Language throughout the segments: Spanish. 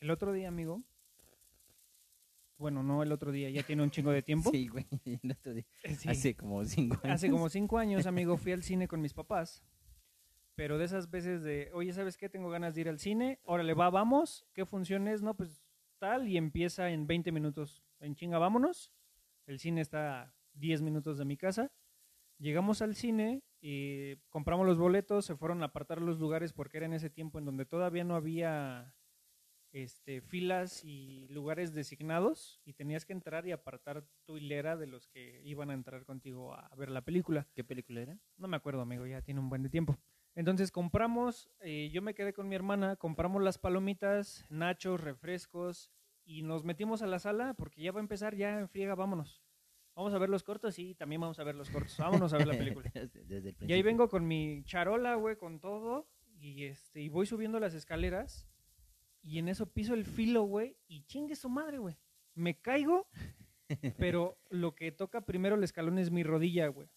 El otro día, amigo. Bueno, no el otro día, ya tiene un chingo de tiempo. Sí, güey, el otro día. Eh, sí. Hace como cinco años. Hace como cinco años, amigo, fui al cine con mis papás. Pero de esas veces de, oye, ¿sabes qué? Tengo ganas de ir al cine. Órale, va, vamos. ¿Qué funciones? No, pues tal. Y empieza en 20 minutos. En chinga, vámonos. El cine está a 10 minutos de mi casa. Llegamos al cine y compramos los boletos. Se fueron a apartar los lugares porque era en ese tiempo en donde todavía no había este, filas y lugares designados. Y tenías que entrar y apartar tu hilera de los que iban a entrar contigo a ver la película. ¿Qué película era? No me acuerdo, amigo, ya tiene un buen de tiempo. Entonces compramos, eh, yo me quedé con mi hermana, compramos las palomitas, nachos, refrescos y nos metimos a la sala porque ya va a empezar, ya en friega, vámonos. Vamos a ver los cortos y también vamos a ver los cortos. Vámonos a ver la película. Desde el principio. Y ahí vengo con mi charola, güey, con todo. Y este, y voy subiendo las escaleras. Y en eso piso el filo, güey. Y chingue su madre, güey. Me caigo, pero lo que toca primero el escalón es mi rodilla, güey.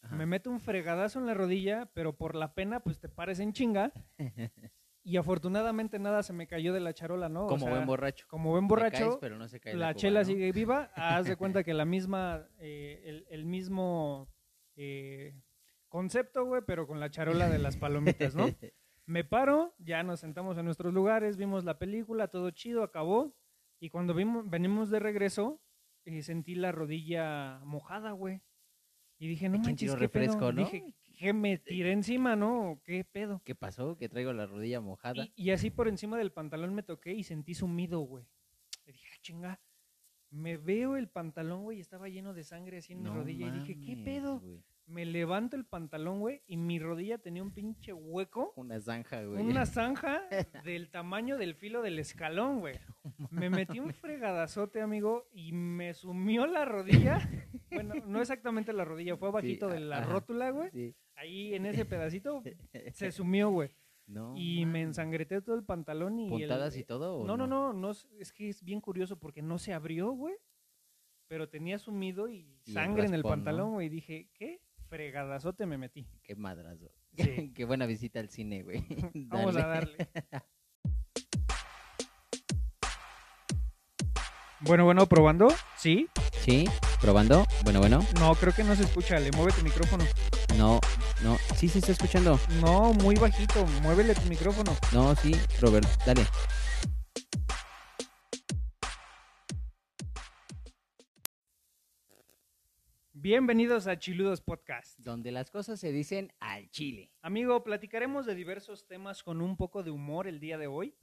Ajá. Me meto un fregadazo en la rodilla, pero por la pena, pues te pares en chinga. Y afortunadamente nada se me cayó de la charola, ¿no? O Como sea, buen borracho. Como buen Te caes, borracho, pero no se cae la, la, coba, chela ¿no? sigue viva. Haz de cuenta que la misma, eh, el, el mismo eh, concepto, güey, pero con la charola de las palomitas, ¿no? Me paro, ya nos sentamos en nuestros lugares, vimos la película, todo chido, acabó. Y cuando vimos, venimos de regreso, eh, sentí la rodilla mojada, güey. Y dije, no ¿A quién manches, tiró qué pedo? refresco, no? Dije, que me tiré encima, ¿no? ¿O ¿Qué pedo? ¿Qué pasó? Que traigo la rodilla mojada. Y, y así por encima del pantalón me toqué y sentí sumido, güey. Y dije, ah, chinga. Me veo el pantalón, güey, y estaba lleno de sangre así en mi rodilla. y dije, ¿qué mames, pedo? güey. Me levanto el pantalón, güey, y mi rodilla tenía un pinche hueco. Una zanja, güey. Una zanja del tamaño del filo del escalón, güey. Me metí un fregadazote, amigo, y me sumió la rodilla. Bueno, no exactamente la rodilla, fue bajito Sí, de la ajá. rótula, güey. Sí. Ahí en ese pedacito se sumió, güey. No. Y me mames. ensangreté todo el pantalón y. el- eh, ¿Puntadas y todo? o No, no, no, no. s- Es que es bien curioso porque no se abrió, güey. Pero tenía sumido y Y el sangre en el raspón, ¿no? pantalón, güey. Y dije, ¿qué fregadazote me metí. Qué madrazo. Sí. Qué buena visita al cine, güey. Vamos Dale. a darle. Bueno, bueno, probando. Sí. Sí, probando. Bueno, bueno. No, creo que no se escucha. Le mueve tu micrófono. No, no. Sí, sí, está escuchando. No, muy bajito. Muévele tu micrófono. No, sí, Robert, dale. Bienvenidos a Chiludos Podcast. Donde las cosas se dicen al chile. Amigo, platicaremos de diversos temas con un poco de humor el día de hoy.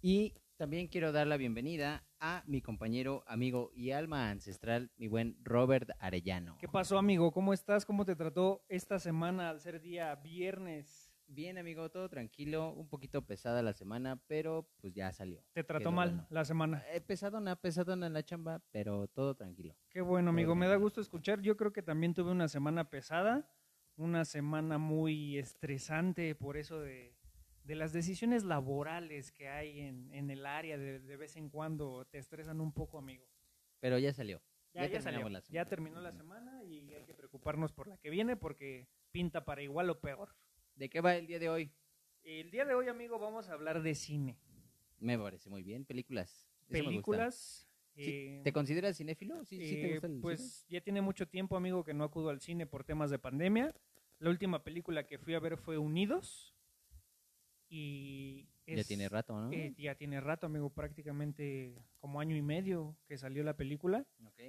Y también quiero dar la bienvenida a mi compañero, amigo y alma ancestral, mi buen Robert Arellano. ¿Qué pasó, amigo? ¿Cómo estás? ¿Cómo te trató esta semana al ser día viernes? Bien, amigo, todo tranquilo, un poquito pesada la semana, pero pues ya salió. ¿Te trató Qué mal bueno. la semana? Eh, pesadona, pesadona en la chamba, pero todo tranquilo. Qué bueno, amigo. Me da Bueno. gusto escuchar. Yo creo que también tuve una semana pesada, una semana muy estresante por eso de, de las decisiones laborales que hay en, en el área. De, de vez en cuando te estresan un poco, amigo. Pero ya salió. Ya, Ya ya, terminamos salió. la ya semana. terminó la semana y hay que preocuparnos por la que viene porque pinta para igual o peor. ¿De qué va el día de hoy? El día de hoy, amigo, vamos a hablar de cine. Me parece muy bien, películas. Eso me gusta. Películas. Sí, eh, ¿Te consideras cinéfilo? Sí, sí, te Eh, gusta el pues cine? ya tiene mucho tiempo, amigo, que no acudo al cine por temas de pandemia. La última película que fui a ver fue Unidos. Y Ya es- tiene rato, ¿no? eh, ya tiene rato, amigo, prácticamente como año y medio que salió la película. Ok.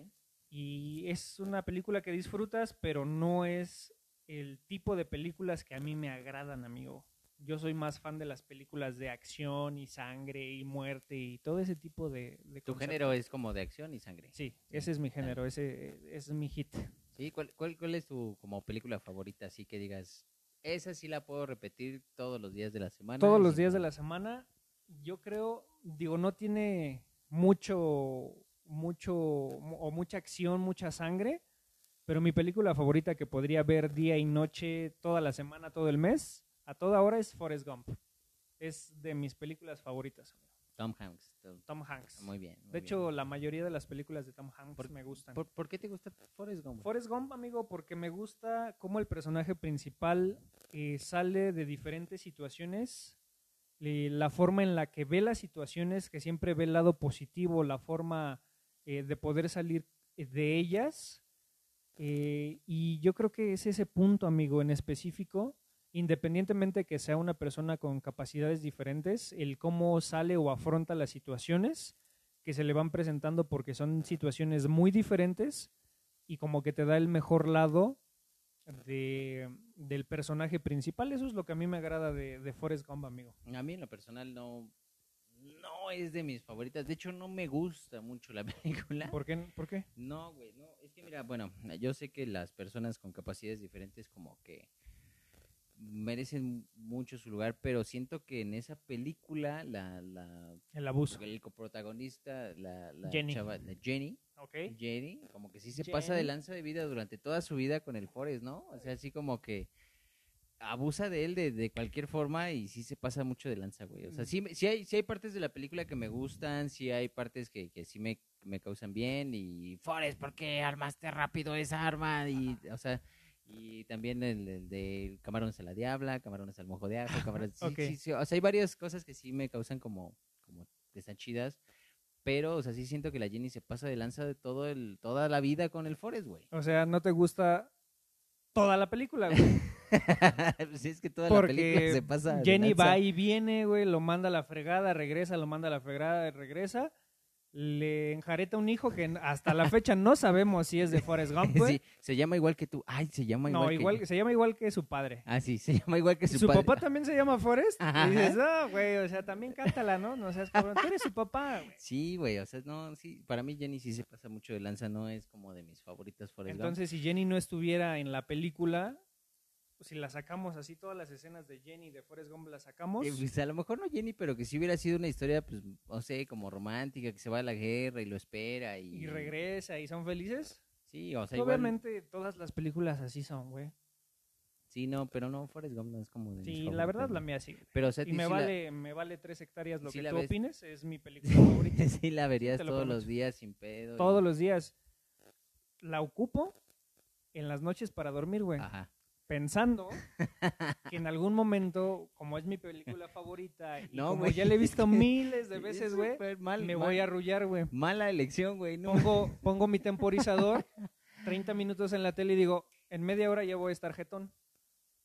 Y es una película que disfrutas, pero no es el tipo de películas que a mí me agradan, amigo. Yo soy más fan de las películas de acción y sangre y muerte y todo ese tipo de... de Tu conceptos. género es como de acción y sangre. Sí, ese es mi género, ese es mi hit. Sí, ¿Cuál, cuál, cuál es tu como película favorita? Así que digas, esa sí la puedo repetir todos los días de la semana. Todos y los días de no- la semana, yo creo, digo, no tiene mucho, mucho, mu- o mucha acción, mucha sangre, pero mi película favorita que podría ver día y noche, toda la semana, todo el mes, a toda hora es Forrest Gump. Es de mis películas favoritas, amigo. Tom Hanks. Tom- Tom Hanks. Muy bien. muy de hecho, bien. la mayoría de las películas de Tom Hanks me gustan. ¿Por, por qué te gusta Forrest Gump? Forrest Gump, amigo, porque me gusta cómo el personaje principal eh, sale de diferentes situaciones eh, la forma en la que ve las situaciones, que siempre ve el lado positivo, la forma eh, de poder salir eh, de ellas. Eh, y yo creo que es ese punto, amigo, en específico, independientemente que sea una persona con capacidades diferentes, el cómo sale o afronta las situaciones que se le van presentando porque son situaciones muy diferentes y como que te da el mejor lado de- del personaje principal. Eso es lo que a mí me agrada de, de Forrest Gump, amigo. A mí en lo personal no, no es de mis favoritas. De hecho, no me gusta mucho la película. ¿Por qué? ¿Por qué? No, güey, no. Es que mira, bueno, yo sé que las personas con capacidades diferentes como que merecen mucho su lugar, pero siento que en esa película la, la El abuso. el coprotagonista, la, la Pues, Jenny. chava, la Jenny, Ok. Jenny, como que sí se Jenny. pasa de lanza de vida durante toda su vida con el Forrest, ¿no? O sea, así como que abusa de él de, de cualquier forma y sí se pasa mucho de lanza, güey. Mm. O sea, sí, me- sí hay, sí hay partes de la película que me gustan, sí hay partes que, que sí me, me causan bien y Forrest, ¿por qué armaste rápido esa arma? Y, o sea... Y también el, el de camarones a la diabla, camarones al mojo de ajo, camarones... sí, Ok. sí, sí. O sea, hay varias cosas que sí me causan como, como que están chidas. Pero, o sea, sí siento que la Jenny se pasa de lanza de todo el, toda la vida con el Forest, güey. O sea, no te gusta toda la película, güey. Pues es que toda Porque la película se pasa. de Jenny lanza. va y viene, güey, lo manda a la fregada, regresa, lo manda a la fregada, regresa. Le enjareta un hijo que hasta la fecha no sabemos si es de Forrest Gump, güey. Sí, se llama igual que tú. Ay, se llama pues. igual. no, que igual, yo. se llama igual que su padre. Ah, sí, se llama igual que su, Su padre. papá también se llama Forrest. Ajá. Y dices, ah, güey, o sea, también cántala, ¿no? No seas cabrón. Tú eres su papá, güey. Sí, güey, o sea, no, sí. Para mí Jenny sí se pasa mucho de lanza, no es como de mis favoritas Forest Gump. Entonces, si Jenny no estuviera en la película, si la sacamos así, todas las escenas de Jenny y de Forrest Gump las sacamos. Eh, pues, a lo mejor no Jenny, pero que si hubiera sido una historia, pues, no sé, como romántica, que se va a la guerra y lo espera y... y regresa y son felices. pues, Sí, o sea, igual- Obviamente todas las películas así son, güey. Sí, no, pero no, Forrest Gump no es como de mis Sí, la verdad favoritas, la ¿no? mía sí. güey. Pero, o sea, a Y ti me sí la- vale, me vale tres hectáreas lo sí que la tú ves. opines, es mi película favorita. sí, la verías te lo todos los prometo. días sin pedo. y- Todos los días la ocupo en las noches para dormir, güey. Ajá. pensando que en algún momento, como es mi película favorita, y No, como güey. ya la he visto miles de Sí, veces, es güey, súper mal- me mal- voy a arrullar, güey. Mala elección, güey. No. Pongo, pongo mi temporizador, 30 minutos en la tele y digo, en media hora ya voy a estar jetón.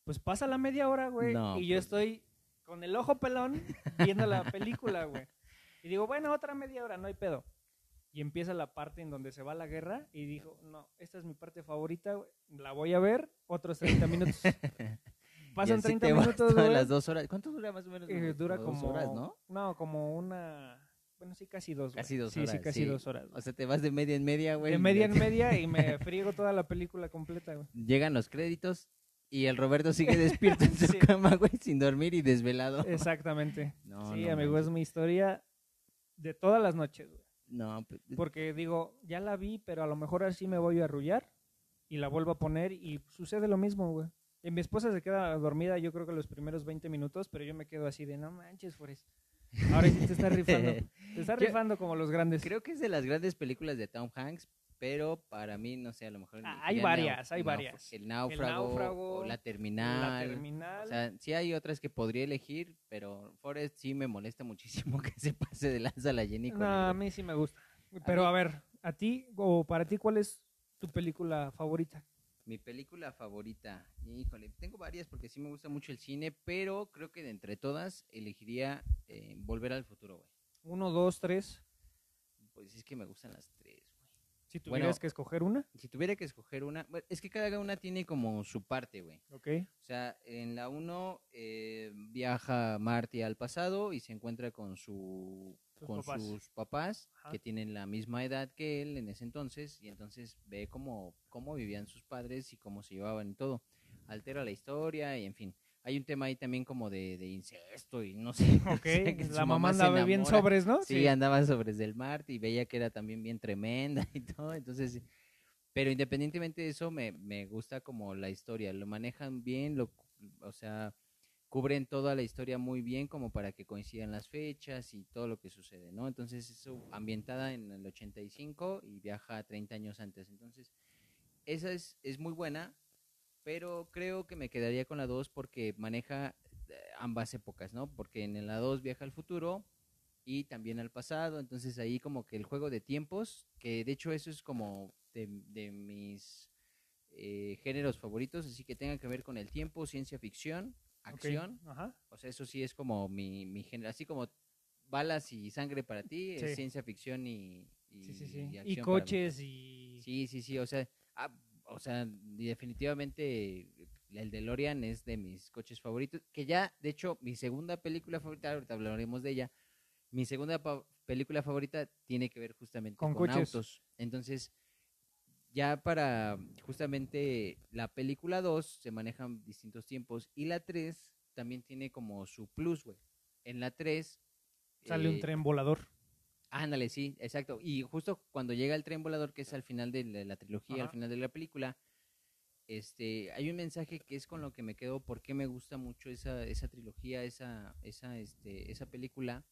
Pues pasa la media hora, güey, No, y yo pues. estoy con el ojo pelón viendo la película, güey. Y digo, bueno, otra media hora, no hay pedo. Y empieza la parte en donde se va la guerra y dijo, no, esta es mi parte favorita, güey, la voy a ver otros 30 minutos. Y Pasan así 30 te vas minutos, todas güey. las dos horas. ¿Cuánto dura más o menos? Eh, Dos- dura dos como horas, ¿no? como una, bueno, sí, casi dos. güey. Casi dos Sí, horas, Sí, casi sí. dos horas. güey. O sea, te vas de media en media, güey. de y media ya en que- media y me friego toda la película completa, güey. Llegan los créditos y el Roberto sigue despierto en su Sí. cama, güey, sin dormir y desvelado. Exactamente. No, sí, no amigo, manches. es mi historia de todas las noches, güey. No, pues, Porque digo, ya la vi, pero a lo mejor así me voy a arrullar y la vuelvo a poner y sucede lo mismo, güey. Y mi esposa se queda dormida, yo creo que los primeros 20 minutos, pero yo me quedo así de, no manches, Forrest. Ahora sí te estás rifando. Te estás Yo- rifando como los grandes. creo que es de las grandes películas de Tom Hanks, pero para mí, no sé, a lo mejor... Ah, hay ya varias, hay Náufra- varias. El náufrago, Náufrago, o la la terminal. terminal. O sea, sí hay otras que podría elegir, pero Forrest sí me molesta muchísimo que se pase de lanza la Jenny con no, él, a güey. mí sí me gusta. Pero mí- a ver, a ti o para ti, ¿cuál es tu película favorita? Mi película favorita, híjole, tengo varias porque sí me gusta mucho el cine, pero creo que de entre todas elegiría eh, Volver al Futuro, güey. Uno, dos, tres. Pues es que me gustan las tres, güey. Si Bueno. tuvieras que escoger una, Si tuviera que escoger una, bueno, es que cada una tiene como su parte, güey. ¿ok? O sea, en la 1 viaja Marty al pasado y se encuentra con su Sus con papás. sus papás Ajá. que tienen la misma edad que él en ese entonces y entonces ve cómo cómo vivían sus padres y cómo se llevaban y todo. Altera la historia y en fin. Hay un tema ahí también como de, de incesto y no sé. o Ok, sea, que su la mamá se andaba bien enamora. sobres, ¿no? Sí, andaba sobre del Marte y veía que era también bien tremenda y todo. Entonces, pero independientemente de eso, me, me gusta como la historia. Lo manejan bien, lo, o sea, cubren toda la historia muy bien como para que coincidan las fechas y todo lo que sucede, ¿no? Entonces, eso ambientada en el 85 y viaja 30 años antes. Entonces, esa es, es muy buena, pero creo que me quedaría con la 2 porque maneja eh, ambas épocas, ¿no? Porque en la 2 viaja al futuro y también al pasado, entonces ahí como que el juego de tiempos, que de hecho eso es como de, de mis eh, géneros favoritos, así que tengan que ver con el tiempo, ciencia ficción, Ok, acción, Ajá. o sea, eso sí es como mi, mi género, así como balas y sangre para ti, es Sí. ciencia ficción y, y, Sí, sí, sí. Y, acción para mí. coches y... Sí, sí, sí, o sea, ah, o sea, y definitivamente eh, el DeLorean es de mis coches favoritos, que ya, de hecho, mi segunda película favorita, ahorita hablaremos de ella, mi segunda pa- película favorita tiene que ver justamente Con con, coches. autos. Entonces, ya para justamente la película 2 se manejan distintos tiempos y la 3 también tiene como su plus, güey. En la 3 Sale un eh, tren volador. Ándale, sí, exacto. Y justo cuando llega el tren volador, que es al final de la, la trilogía, al Ajá. final de la película, este, hay un mensaje que es con lo que me quedo, porque me gusta mucho esa, esa trilogía, esa, esa, este, esa película,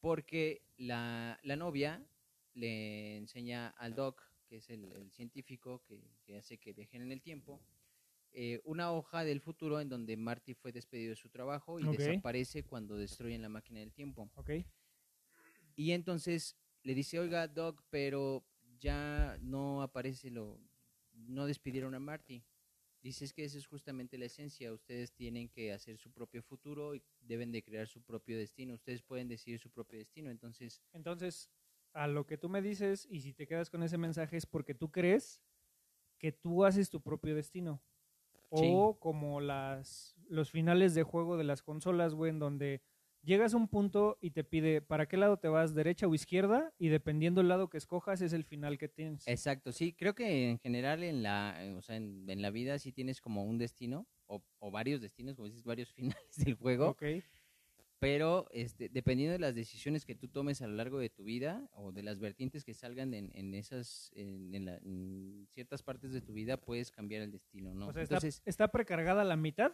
porque la, la novia le enseña al Doc, que es el, el científico que, que hace que viajen en el tiempo, eh, una hoja del futuro en donde Marty fue despedido de su trabajo y Ok. desaparece cuando destruyen la máquina del tiempo. Ok. Y entonces le dice, oiga, Doc, pero ya no aparece lo... No despidieron a Marty. Dice, es que esa es justamente la esencia. Ustedes tienen que hacer su propio futuro y deben de crear su propio destino. Ustedes pueden decidir su propio destino. Entonces, Entonces, a lo que tú me dices, y si te quedas con ese mensaje, es porque tú crees que tú haces tu propio destino. O como las, los finales de juego de las consolas, güey, en donde llegas a un punto y te pide para qué lado te vas, derecha o izquierda, y dependiendo el lado que escojas es el final que tienes. exacto, sí. Creo que en general en la, eh, o sea, en, en la vida sí tienes como un destino o, o varios destinos, como dices, varios finales del juego. Ok. pero este, dependiendo de las decisiones que tú tomes a lo largo de tu vida o de las vertientes que salgan en, en esas en, en la- en ciertas partes de tu vida puedes cambiar el destino no O sea, está, entonces está precargada la mitad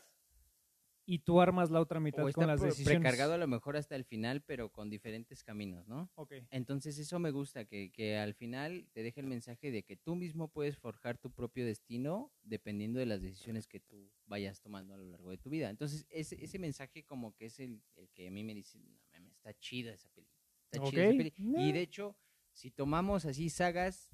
y tú armas la otra mitad o con está las pre- decisiones. precargado a lo mejor hasta el final pero con diferentes caminos no Ok. entonces eso me gusta que, que al final te deje el mensaje de que tú mismo puedes forjar tu propio destino dependiendo de las decisiones que tú vayas tomando a lo largo de tu vida entonces ese, ese mensaje como que es el, el que a mí me dice no mames, está chida esa película Está chida esa Ok. peli". Nah. Y de hecho, si tomamos así sagas,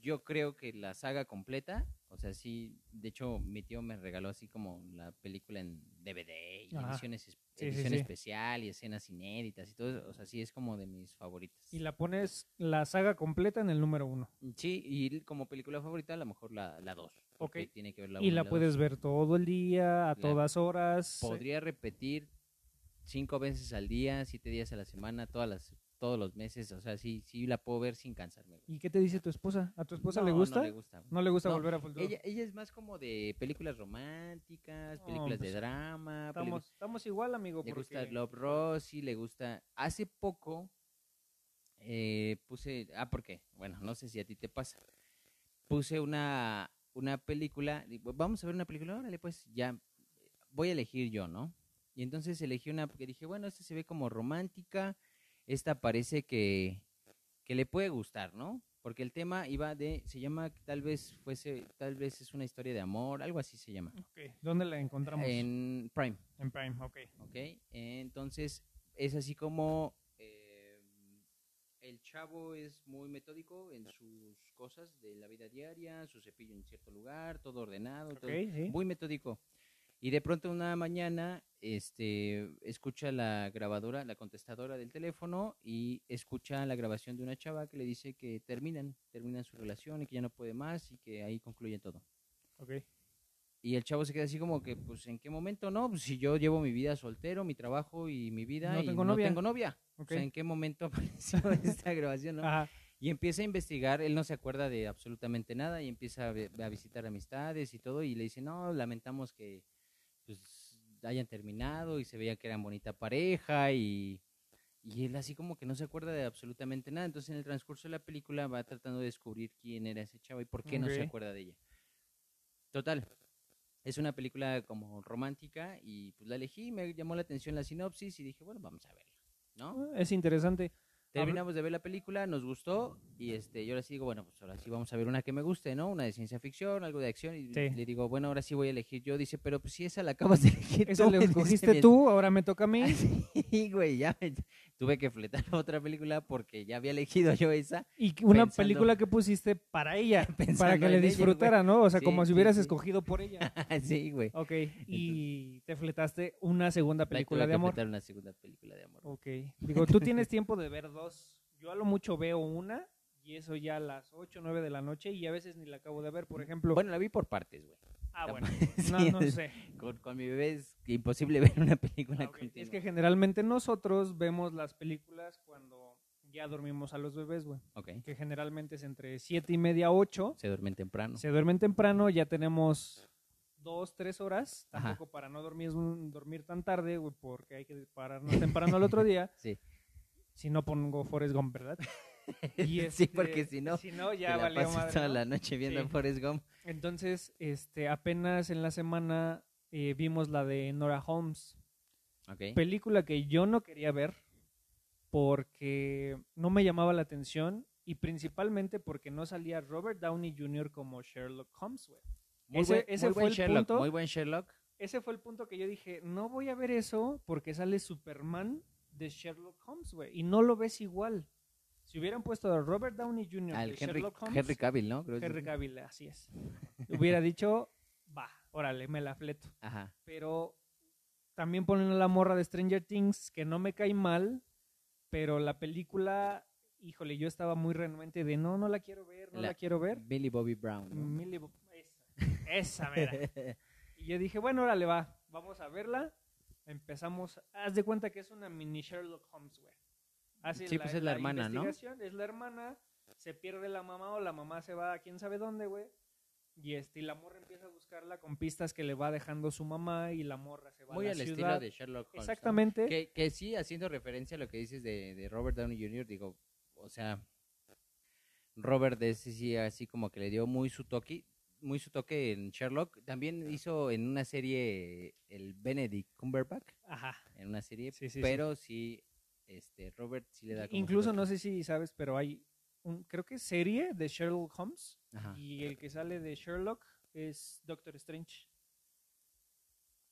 yo creo que la saga completa, o sea, sí, de hecho, mi tío me regaló así como la película en DVD y Ajá. ediciones, es- Sí, sí, edición sí. especial y escenas inéditas y todo eso, o sea, sí es como de mis favoritas. Mm, Y la pones la saga completa en el número uno. Sí, y como película favorita, a lo mejejor la, la 2. Ok. Tiene que ver y uno la dos. puedes ver todo el día, a La- todas horas. Podría repetir cinco veces al día, siete días a la semana, todas las, todos los meses, o sea, sí, sí la puedo ver sin cansarme. güey. ¿Y qué te dice tu esposa? ¿A tu esposa le No, gusta? No le gusta. güey. gusta No, volver a futuro. Ella, ella es más como de películas románticas, No, películas pues, de drama. estamos, estamos igual, amigo. películas- le gusta porque- Love Rossi, le gusta. Hace poco eh, puse. Ah, ¿por qué? Bueno, no sé si a ti te pasa. Puse una, una película. digo, Vamos a ver una película. Órale, pues ya voy a elegir yo, ¿no? Y entonces elegí una porque dije, bueno, esta se ve como romántica. Esta parece que, que le puede gustar, ¿no? Porque el tema iba de, se llama, tal vez fuese, tal vez es una historia de amor, algo así se llama. Ok, ¿Dónde la encontramos? En Prime. En Prime, ok. ¿ok? Entonces, es así como eh, el chavo es muy metódico en sus cosas de la vida diaria, su cepillo en cierto lugar, todo ordenado, Ok, todo- sí. muy metódico. Y de pronto una mañana este, escucha la grabadora, la contestadora del teléfono y escucha la grabación de una chava que le dice que terminan, terminan su relación y que ya no puede más y que ahí concluye todo. ok. Y el chavo se queda así como que, pues, ¿en qué momento no? Pues, si yo llevo mi vida soltero, mi trabajo y mi vida No y tengo no novia. tengo novia. ok. O sea, ¿en qué momento apareció esta grabación, no? Ajá, Y empieza a investigar, él no se acuerda de absolutamente nada y empieza a, ve- a visitar amistades y todo y le dice, no, lamentamos que pues, hayan terminado y se veía que eran bonita pareja y, y él así como que no se acuerda de absolutamente nada. Entonces en el transcurso de la película va tratando de descubrir quién era ese chavo y por qué no se Ok. acuerda de ella. Total. Es una película como romántica y pues la elegí, me llamó la atención la sinopsis y dije, bueno, vamos a verla, ¿no? Es interesante. Terminamos de ver la película, nos gustó y este, yo ahora sí digo, bueno, pues ahora sí vamos a ver una que me guste, ¿no? Una de ciencia ficción, algo de acción y Sí. le digo, bueno, ahora sí voy a elegir yo. Dice, pero pues si esa la acabas de elegir. Esa tú", le me dice escogiste mi tú, ahora me toca a mí. Sí, güey, ya me- tuve que fletar otra película porque ya había elegido yo esa. Y que una Pensando- película que pusiste para ella, para Pensando que le en ella, disfrutara, ¿no? O sea, Sí, como si sí, hubieras sí. escogido por ella. sí, güey. Ok, y te fletaste una segunda La película tuve de que amor. fletar una segunda película de amor. Ok, digo, tú tienes tiempo de ver dos. Yo a lo mucho veo una y eso ya a las 8 o 9 de la noche y a veces ni la acabo de ver, por ejemplo. Bueno, la vi por partes, güey. ah, capaz- bueno, sí, no, no es- sé. Con, con mi bebé es imposible ver una película Ah, ok. continua. Es que generalmente nosotros vemos las películas cuando ya dormimos a los bebés, güey. Ok, Que generalmente es entre 7 y media, 8. se duermen temprano. Se duermen temprano, ya tenemos dos, tres horas, Ajá. tampoco para no dormir, dormir tan tarde, güey, porque hay que pararnos temprano al otro día. Sí. Si no pongo Forrest Gump, ¿verdad? Y sí, este, porque si no, si no te ya la valió pasas madre, toda ¿no? la noche viendo Sí. Forrest Gump. Entonces, este, apenas en la semana eh, vimos la de Nora Holmes, Ok. película que yo no quería ver porque no me llamaba la atención y principalmente porque no salía Robert Downey Jr. como Sherlock Holmes, güey. Muy ese- buen- ese muy fue buen el Sherlock, punto. Muy buen Sherlock. ese fue el punto que yo dije, no voy a ver eso porque sale Superman de Sherlock Holmes, güey, y no lo ves igual. Si hubieran puesto a Robert Downey Jr. Al de Henry, Sherlock Holmes, Henry Cavill, ¿no? Creo que- Henry Cavill, así es. Hubiera dicho, va, órale, me la fleto. Ajá. Pero también ponen a la morra de Stranger Things, que no me cae mal, pero la película, híjole, yo estaba muy renuente de, no, no la quiero ver, no la, La- quiero ver. Billy Bobby Brown. ¿no? Millie Bob- esa, esa mera. Y yo dije, bueno, órale, va, vamos a verla. Empezamos, haz de cuenta que es una mini Sherlock Holmes, güey. Hace Sí, pues es la hermana, ¿no? investigación, Es la hermana, se pierde la mamá o la mamá se va a quién sabe dónde, güey. Y este, y la morra empieza a buscarla con pistas que le va dejando su mamá y la morra se va Muy a al la estilo ciudad. de Sherlock Holmes. ¿no? Exactamente. Que, que sí, haciendo referencia a lo que dices de, de Robert Downey Jr., digo, o sea, Robert es sí, así como que le dio muy su toque, muy su toque en Sherlock. También hizo en una serie el Benedict Cumberbatch, Ajá. en una serie, Sí, sí, sí. pero sí. este, Robert sí le da como su Incluso toque. no sé si sabes, pero hay un, creo que serie de Sherlock Holmes Ajá. y el que sale de Sherlock es Doctor Strange.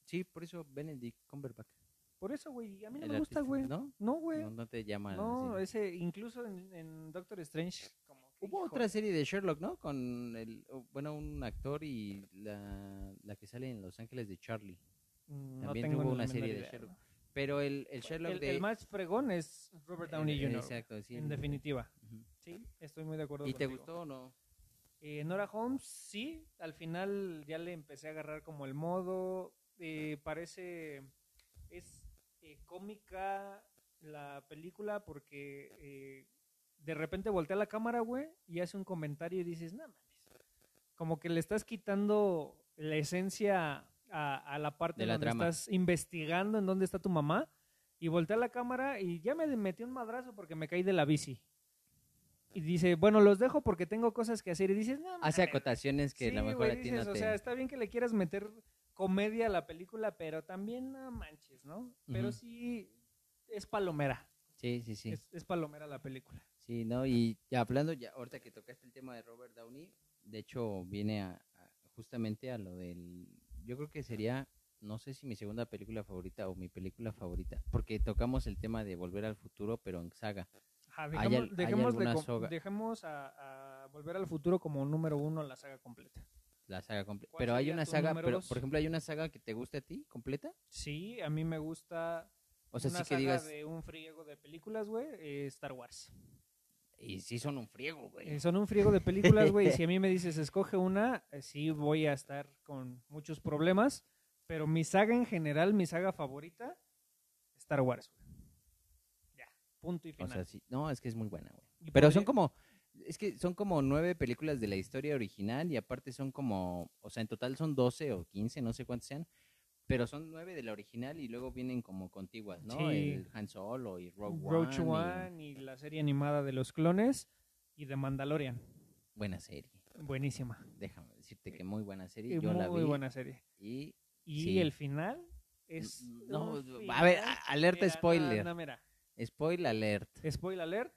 Sí, por eso Benedict Cumberbatch. Por eso, güey, a mí no el me gusta, artista, güey. ¿No? No, güey. No, no te llama. No, así. ese, incluso en, en Doctor Strange, como que, Hubo hijo, otra serie de Sherlock, ¿no? Con el, o- bueno, un actor y la, la que sale en Los Ángeles de Charlie. mm, también tengo hubo ni una la menor serie de idea, Sherlock. ¿no? Pero el, el Sherlock El, de... el más fregón es Robert Downey el- el- Jr. Exacto, sí. En definitiva. Ujú. Sí, estoy muy de acuerdo. ¿Y te contigo. gustó o no? Eh, Nora Holmes, sí. Al final ya le empecé a agarrar como el modo. eh, parece. Es eh, cómica la película porque eh, de repente voltea la cámara, güey, y hace un comentario y dices, no mames. Como que le estás quitando la esencia a, a la parte De la donde trama. estás investigando en dónde está tu mamá. Y voltea la cámara y ya me metí un madrazo porque me caí de la bici. Y dice, bueno, los dejo porque tengo cosas que hacer. Y dices, no, Hace mames". acotaciones que Sí, a lo mejor güey, a ti dices, no O te... sea, está bien que le quieras meter comedia a la película, pero también no manches, ¿no? Pero Ujú. sí es palomera. Sí, sí, sí. Es, es palomera la película. Sí, ¿no? Y ya hablando, ya ahorita que tocaste el tema de Robert Downey, de hecho viene a, a- justamente a lo del... Yo creo que sería, no sé si mi segunda película favorita o mi película favorita, porque tocamos el tema de Volver al Futuro, pero en saga. Ajá, Hay dejemos, al- hay dejemos de alguna com- soga. dejemos a, a volver al futuro como número uno la saga completa. La saga completa. ¿Cuál Pero hay sería una tu saga, número pero dos? por ejemplo, hay una saga que te guste a ti completa. Sí, a mí me gusta O sea, una sí que saga digas. de un friego de películas, güey, eh, Star Wars. Y sí son un friego, güey. Eh, son un friego de películas, güey. y si a mí me dices, escoge una, eh, sí voy a estar con muchos problemas. Pero mi saga en general, mi saga favorita, Star Wars, güey. Ya, punto y O final. sea, sí. No, es que es muy buena, güey. Y Pero podría- son como. Es que son como nueve películas de la historia original y aparte son como. O sea, en total son doce o quince, no sé cuántas sean. Pero son nueve de la original y luego vienen como contiguas, ¿no? Sí. El Han Solo y Rogue One. Roach y- One y la serie animada de los clones y de Mandalorian. Buena serie. Buenísima. Déjame decirte que muy buena serie. Eh, Yo muy la vi. buena serie. Y. Y Sí. el final es. No, un a ver, final a- alerta que era- spoiler. no, no, mira. Spoil alert. Spoiler alert.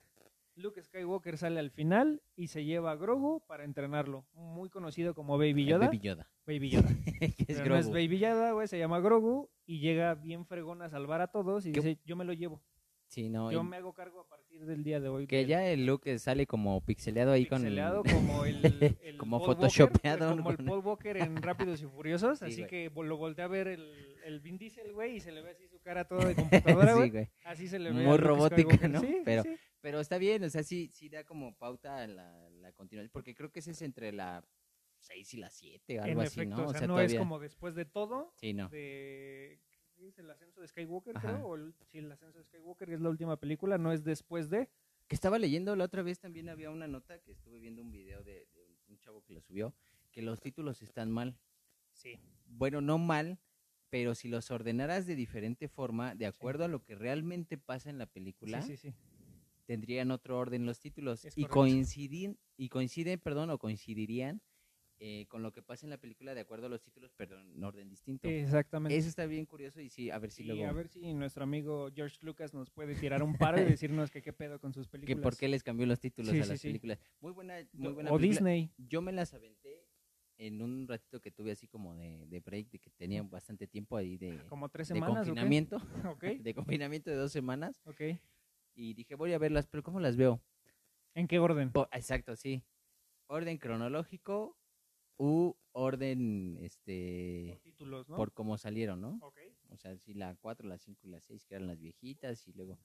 Luke Skywalker sale al final y se lleva a Grogu para entrenarlo. Muy conocido como Baby El Yoda. Baby Yoda. Baby Yoda. que es Pero no es Grogu. Baby Yoda, güey, se llama Grogu y llega bien fregón a salvar a todos y ¿Qué? dice, yo me lo llevo. Sí, no, Yo y- me hago cargo a partir del día de hoy. Que del ya el look sale como pixeleado ahí pixeleado con... como el, el como Paul photoshopeado, Walker, como el con- Paul Walker en Rápidos y Furiosos, Sí, así güey. que lo volteé a ver el, el Vin Diesel, güey, y se le ve así su cara toda de computadora, güey. Sí, güey. Así se le ve. Muy a Luke robótica, Skywalker. ¿no? Sí, Pero- sí. Pero está bien, o sea, sí, sí da como pauta a la, la continuación, porque creo que ese es entre la 6 y la 7 o En algo así, efecto, ¿no? o sea, no todavía... es como después de todo, Sí, no. de... ¿qué es el ascenso de Skywalker, Ajá. creo? O el- sí, el ascenso de Skywalker es la última película, no es después de... Que estaba leyendo la otra vez también había una nota que estuve viendo un video de, de un- un chavo que lo subió, que los títulos están mal. Sí. Bueno, no mal, pero si los ordenaras de diferente forma, de acuerdo a lo que realmente pasa en la película, Sí, sí, sí. tendrían otro orden los títulos Es y correcto. coinciden y coinciden perdón o coincidirían eh, con lo que pasa en la película de acuerdo a los títulos perdón en orden distinto Exactamente. eso está bien curioso y sí a ver si y luego a ver si nuestro amigo George Lucas nos puede tirar un paro y decirnos que qué pedo con sus que películas. por qué les cambió los títulos Sí, a sí, las sí. películas muy buena muy buena o película. Disney. yo me las aventé en un ratito que tuve así como de, de break de que tenía bastante tiempo ahí de, Ah, Como tres de semanas. ¿o qué? confinamiento Ok, de confinamiento de dos semanas ok. y dije voy a verlas pero cómo las veo ¿En qué orden? Po- exacto, sí. Orden cronológico u orden este Por títulos, ¿no? por cómo salieron, ¿no? Ok. O sea, si la 4, la 5 y la 6 que eran las viejitas y luego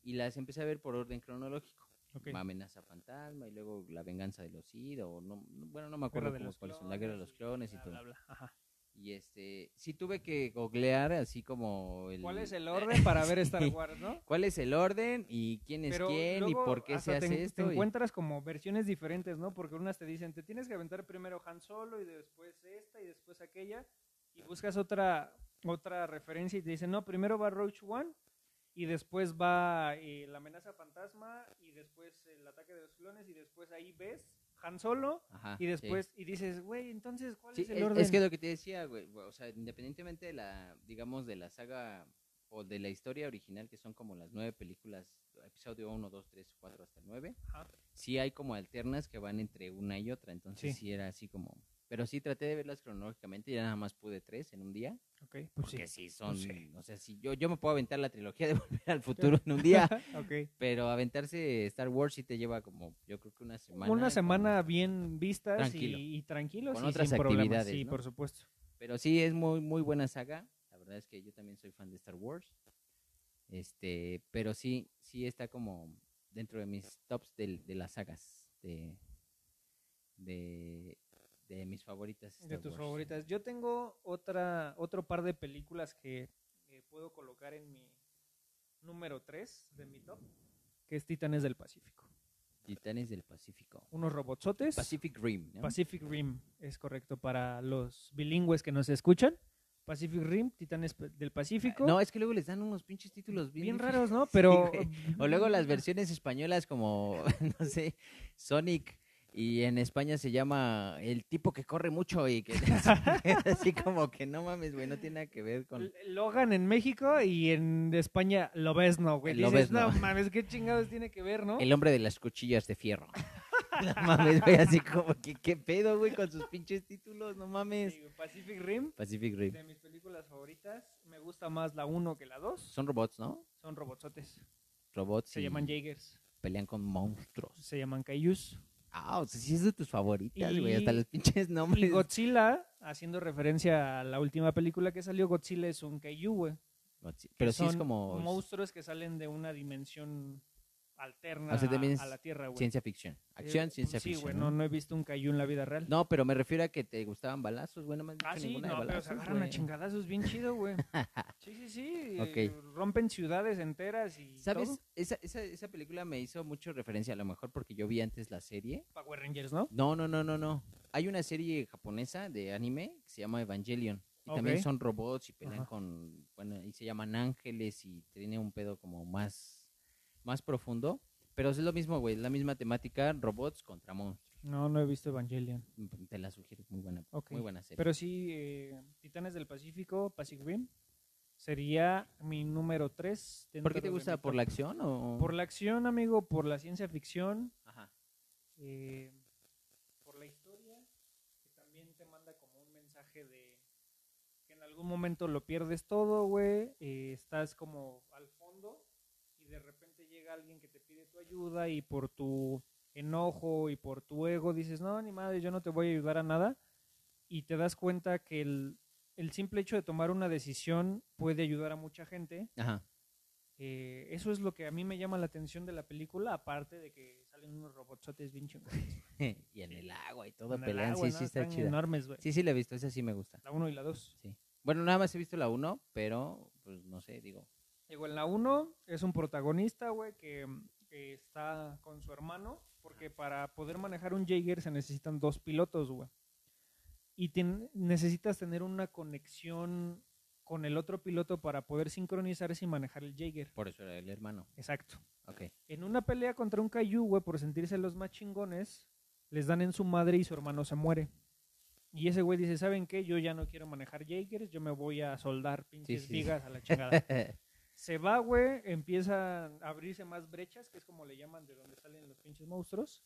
y las empecé a ver por orden cronológico. ok. Amenaza fantasma y luego La venganza de los Sith o no, no- bueno, no me acuerdo Guerra de cómo los cuáles son, La guerra de Clones los clones y Bla, todo. bla, bla, ajá. Y este, sí tuve que googlear así como el ¿Cuál es el orden para ver Star Sí. Wars, no? cuál es el orden y quién es Pero quién y luego por qué se hasta te, hace en- Te esto. y- encuentras como versiones diferentes, ¿no? Porque unas te dicen, te tienes que aventar primero Han Solo y después esta y después aquella. Y buscas otra, otra referencia y te dicen, no, primero va Roach One y después va eh, la amenaza fantasma y después el ataque de los clones y después ahí ves Han Solo Ajá, y Ah, sí. después y dices, güey, entonces, ¿cuál Sí, e, es el es- orden? es que lo que te decía, güey, güey, o sea, independientemente de la, digamos, de la saga o de la historia original, que son como las nueve películas, episodio 1, 2, 3, 4 hasta 9, Ajá. sí hay como alternas que van entre una y otra, entonces Sí. sí, era así como... Pero sí traté de verlas cronológicamente, ya nada más pude tres en un día, Ok, pues sí. porque sí, son, sí. o sea, sí, yo, yo me puedo aventar la trilogía de Volver al Futuro en un día, Ok. pero aventarse Star Wars sí te lleva como, yo creo que una semana. Una como- semana bien vistas Tranquilo. Y, y tranquilos Con y otras sin problemas. actividades, Sí, ¿no? por supuesto. Pero sí, es muy, muy buena saga. La verdad es que yo también soy fan de Star Wars. Este, pero sí, sí está como dentro de mis tops del- de, las sagas. De, de, de mis favoritas. De Star tus Wars. favoritas. Yo tengo otra, otro par de películas que eh, puedo colocar en mi número 3 de mi top, que es Titanes del Pacífico. Titanes del Pacífico. Unos robotsotes. Pacific Rim, ¿no? Pacific Rim, es correcto, para los bilingües que nos escuchan. Pacific Rim, Titanes pe- del Pacífico. No, es que luego les dan unos pinches títulos bien, bien difíciles. raros, ¿no? Pero... güey. O luego las versiones españolas como, no sé, Sonic. Y en España se llama el tipo que corre mucho y que así como que no mames, güey, no tiene nada que ver con... L- Logan en México y en España lo ves no, güey. Lo Dices, ves, no. no mames, qué chingados tiene que ver, ¿no? El hombre de las cuchillas de fierro. No mames, güey, así como que qué pedo, güey, con sus pinches títulos, no mames. Sí, Pacific Rim, Pacific Rim. de mis películas favoritas, me gusta más la 1 que la 2. Son robots, ¿no? Son robotsotes. Robots. Se y llaman Jaegers, Pelean con monstruos. se llaman Kaijus. Ah, o sea, sí es de tus favoritas, Y- güey, hasta los pinches Y nombres. Godzilla, haciendo referencia a la última película que salió, Godzilla es un Kaiju, güey. Godzilla. Pero que sí es son como Monstruos que salen de una dimensión alterna O sea, Ah, también es a la Tierra, güey. ciencia ficción. Acción, Eh, ciencia Sí, ficción. güey, ¿no? no, no he visto un Kaiju en la vida real. No, pero me refiero a que te gustaban balazos, güey. No me han dicho Ah, sí, ninguna no, de pero balazos. se agarran a güey. chingadazos bien chido, güey. Sí, sí, sí. eh, Ok. rompen ciudades enteras y ¿Sabes? todo. Esa, esa, esa película me hizo mucho referencia, a lo mejor porque yo vi antes la serie. Power Rangers, ¿no? No, no, no, no, no. Hay una serie japonesa de anime que se llama Evangelion. Y también Ok. son robots y pelean Ajá. con. Bueno, y se llaman ángeles y tiene un pedo como más, más profundo. Pero es lo mismo, güey. La misma temática, robots contra monstruos. Mm, No, no he visto Evangelion. Te la sugiero, muy buena, Ok. muy buena serie. Pero sí, eh, Titanes del Pacífico, Pacific Rim, Sería mi número 3. ¿Por qué te gusta? ¿Por la acción o...? Por la acción, amigo, por la ciencia ficción, Ajá. eh, por la historia, que también te manda como un mensaje de que en algún momento lo pierdes todo, güey, eh, estás como al fondo y de repente llega alguien que te pide tu ayuda y por tu enojo y por tu ego dices, no, ni madre, yo no te voy a ayudar a nada y te das cuenta que el, el simple hecho de tomar una decisión puede ayudar a mucha gente. Ajá. Eh, eso es lo que a mí me llama la atención de la película, aparte de que salen unos robotsotes bien chingones. y en el agua y todo Con el pelean. agua, sí, ¿no? sí, está Están chida. enormes, güey. Sí, sí, la he visto. Esa sí me gusta. La 1 y la 2. Sí. Bueno, nada más he visto la 1, pero pues no sé, digo. Digo, en la 1 es un protagonista, güey, que, mm, que está con su hermano, porque para poder manejar un Jaeger se necesitan dos pilotos, güey. Y ten- necesitas tener una conexión con el otro piloto para poder sincronizarse y manejar el Jaeger. Por eso era el hermano. Exacto. Ok. En una pelea contra un Caillou, güey, por sentirse los más chingones, les dan en su madre y su hermano se muere. Y ese güey dice, ¿saben qué? Yo ya no quiero manejar Jaegers, yo me voy a soldar pinches Sí, sí. vigas a la chingada. se va, güey, empiezan a abrirse más brechas, que es como le llaman de donde salen los pinches monstruos.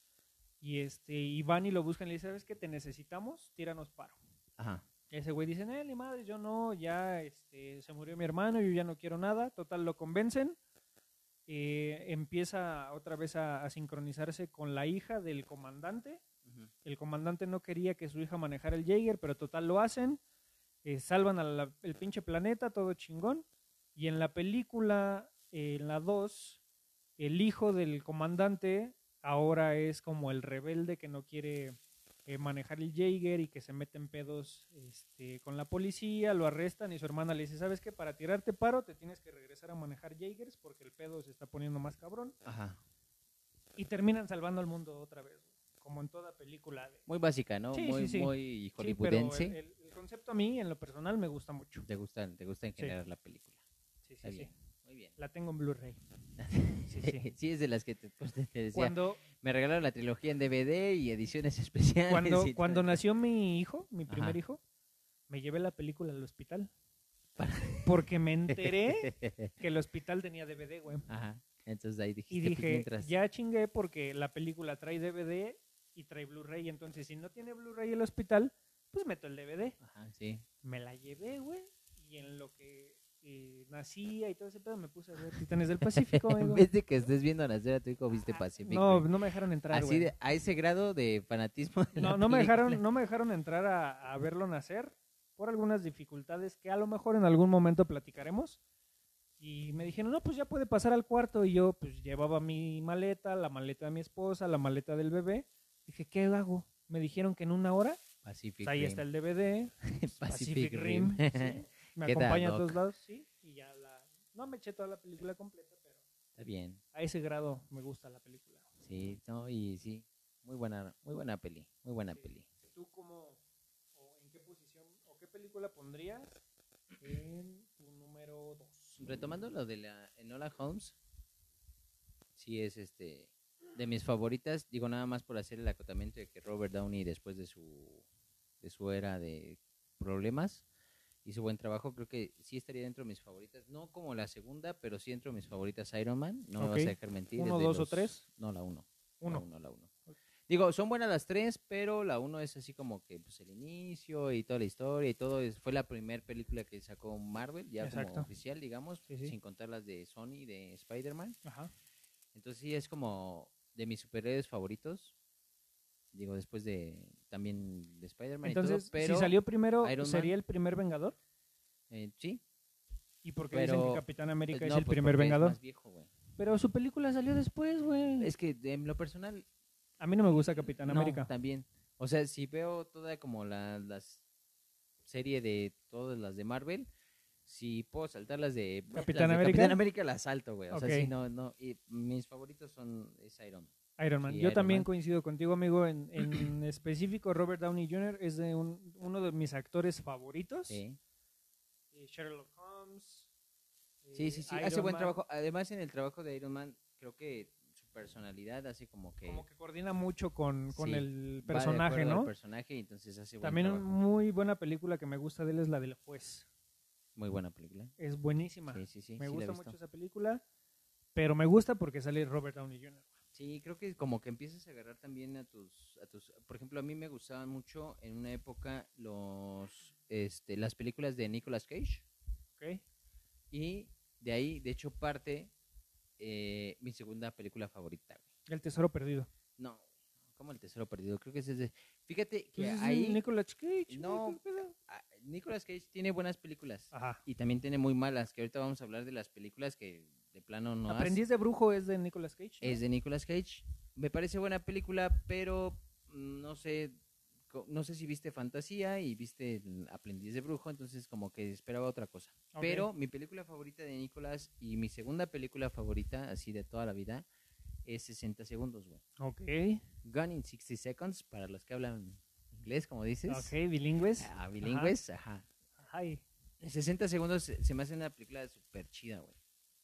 Y este, y van y lo buscan y le dicen, ¿sabes qué? Te necesitamos, tíranos paro. Ajá. Ese güey dice, eh, ni madre, yo no, ya este, se murió mi hermano, yo ya no quiero nada. Total, lo convencen. Eh, empieza otra vez a, a sincronizarse con la hija del comandante. Ujú. El comandante no quería que su hija manejara el Jaeger, pero total lo hacen. Eh, salvan al el pinche planeta, todo chingón. Y en la película, eh, en la 2, el hijo del comandante ahora es como el rebelde que no quiere eh, manejar el Jaeger y que se mete en pedos este, con la policía, lo arrestan y su hermana le dice, ¿sabes qué? Para tirarte paro te tienes que regresar a manejar Jaegers porque el pedo se está poniendo más cabrón. Ajá. Y terminan salvando al mundo otra vez, como en toda película de... Muy básica, ¿no? Sí, sí, muy, sí. muy Sí, pero el, hollywoodense. el- el concepto a mí, en lo personal, me gusta mucho. Te gusta, te gusta en Sí. general la película. Sí, Está sí, sí. bien. Muy bien. La tengo en Blu-ray. Sí, sí. Sí, es de las que te, pues, te decía. Cuando, Me regalaron la trilogía en DVD y ediciones especiales. cuando, y todo. cuando nació mi hijo, mi primer Ajá. hijo, me llevé la película al hospital. Porque me enteré que el hospital tenía DVD, güey. Ajá. Entonces ahí dijiste, Y pues, dije, mientras- ya chingué porque la película trae DVD y trae Blu-ray. Entonces, si no tiene Blu-ray el hospital, pues meto el DVD. Ajá, sí. Me la llevé, güey. Y en lo que eh, nacía y todo ese pedo, me puse a ver Titanes del Pacífico, en amigo. vez de que estés viendo nacer a tu hijo, viste Ah, Pacific. No, Rim. no me dejaron entrar, Así güey. de, a ese grado de fanatismo. de No, la no me dejaron, película. no me dejaron entrar a, a verlo nacer por algunas dificultades que a lo mejor en algún momento platicaremos. Y me dijeron, no, pues ya puede pasar al cuarto. Y yo, pues llevaba mi maleta, la maleta de mi esposa, la maleta del bebé. Dije, ¿qué hago? Me dijeron que en una hora, Pacific pues, ahí Rim. está el DVD, Pacific Rim. sí, me Queda acompaña ad a todos hoc. lados, sí. Y ya la, no me eché toda la película completa, pero Está bien. a ese grado me gusta la película. Sí, no, y sí. Muy buena, muy buena peli. Muy buena peli. ¿Tú cómo, o en qué posición, o qué película pondrías en tu número 2? Retomando lo de la Enola Holmes, sí es este de mis favoritas, digo nada más por hacer el acotamiento de que Robert Downey después de su de su era de problemas hizo buen trabajo, creo que sí estaría dentro de mis favoritas, no como la segunda, pero sí dentro de mis favoritas Iron Man, no me vas Ok. a dejar mentir. ¿Uno, desde dos o tres? No, la uno. La Uno. uno, la uno. Ok. Digo, son buenas las tres, pero la uno es así como que pues, el inicio y toda la historia y todo. es- fue la primera película que sacó Marvel, ya Exacto. como oficial, digamos, Sí, sí. sin contar las de Sony, de Spider-Man. Ajá. Entonces sí es como de mis superhéroes favoritos. Digo, después de también de Spider-Man y todo, Entonces, pero si salió primero, Iron Man- ¿sería el primer Vengador? eh, sí, ¿Y por qué Pero- dicen que Capitán América pues, es no, el pues, primer porque es Vengador? más viejo, güey. Pero su película salió después, güey. Es que de- en lo personal A mí no me gusta Capitán No, América. También. O sea, si veo toda como la las serie de todas las de Marvel, si puedo saltar las de las ¿Capitán de América? Capitán América las salto, güey. O sea, Ok. sí, no, no. Y mis favoritos son es Iron Man. Iron Man. Sí, Yo Iron también Man. coincido contigo, amigo. En, en específico, Robert Downey Jr. es de un- uno de mis actores favoritos. Sí, Eh, Sherlock Holmes. sí, eh, sí, sí, Iron hace buen Man. trabajo. Además, en el trabajo de Iron Man, creo que su personalidad hace como que Como que coordina mucho con, con Sí, el va de personaje, acuerdo al ¿no? personaje y entonces hace buen También una trabajo. muy buena película que me gusta de él es la del juez. Muy buena película. Es buenísima. Sí, sí, sí. me sí la he gusta visto. mucho esa película, pero me gusta porque sale Robert Downey Jr. Sí, creo que como que empiezas a agarrar también a tus, a tus, por ejemplo, a mí me gustaban mucho en una época los, este, las películas de Nicolas Cage ¿ok? y de ahí, de hecho, parte eh, mi segunda película favorita. güey. El Tesoro Perdido. No, como el tesoro perdido, creo que es ese. Fíjate que Pues es ahí Nicolas Cage. No. güey, ¿qué pedo? ah, Nicolas Cage tiene buenas películas Ajá. y también tiene muy malas, que ahorita vamos a hablar de las películas que de plano no. hace. Aprendiz de Brujo es de Nicolas Cage. ¿no? es de Nicolas Cage. Me parece buena película, pero mm, no sé, co- no sé si viste Fantasía y viste el Aprendiz de Brujo, entonces como que esperaba otra cosa. Ok. Pero mi película favorita de Nicolas y mi segunda película favorita, así de toda la vida, es 60 segundos, güey. Ok. Gone in 60 Seconds, para los que hablan inglés, como dices. Ok, bilingües. Ah, bilingües, ajá. Ay. 60 segundos se se me hace una película súper chida, güey.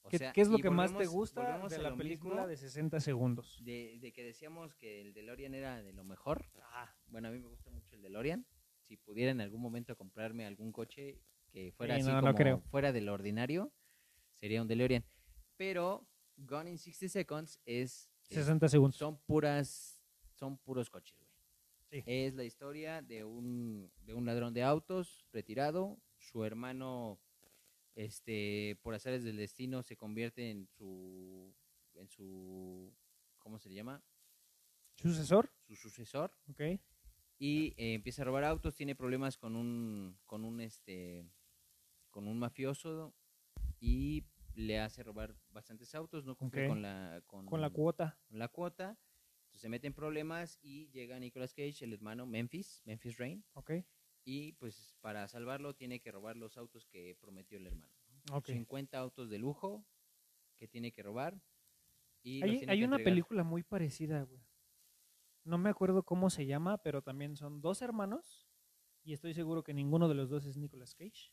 O ¿Qué, sea, qué es lo y que más te volvemos- gusta volvemos de a la lo película mismo de 60 segundos? de, de que decíamos que el DeLorean era de lo mejor. Bueno, a mí me gusta mucho el DeLorean. Si pudiera en algún momento comprarme algún coche que fuera Sí, así no, no como creo. fuera del ordinario, sería un DeLorean. Pero Gone in 60 Seconds es, es- 60 segundos. son puras son puros coches, güey. Sí. Es la historia de un de un ladrón de autos retirado, su hermano este por azares del destino se convierte en su en su ¿cómo se le llama? ¿Sucesor? su sucesor Ok. y eh, empieza a robar autos, tiene problemas con un con un este con un mafioso y le hace robar bastantes autos, no cumple Ok. con la con, Con la cuota. con la cuota, entonces se mete en problemas y llega Nicolas Cage, el hermano Memphis, Memphis Rain Ok. y pues para salvarlo tiene que robar los autos que prometió el hermano. Ok. 50 autos de lujo que tiene que robar y los Hay, tiene hay que una entregar. película muy parecida, güey. No me acuerdo cómo se llama, pero también son dos hermanos. Y estoy seguro que ninguno de los dos es Nicolas Cage.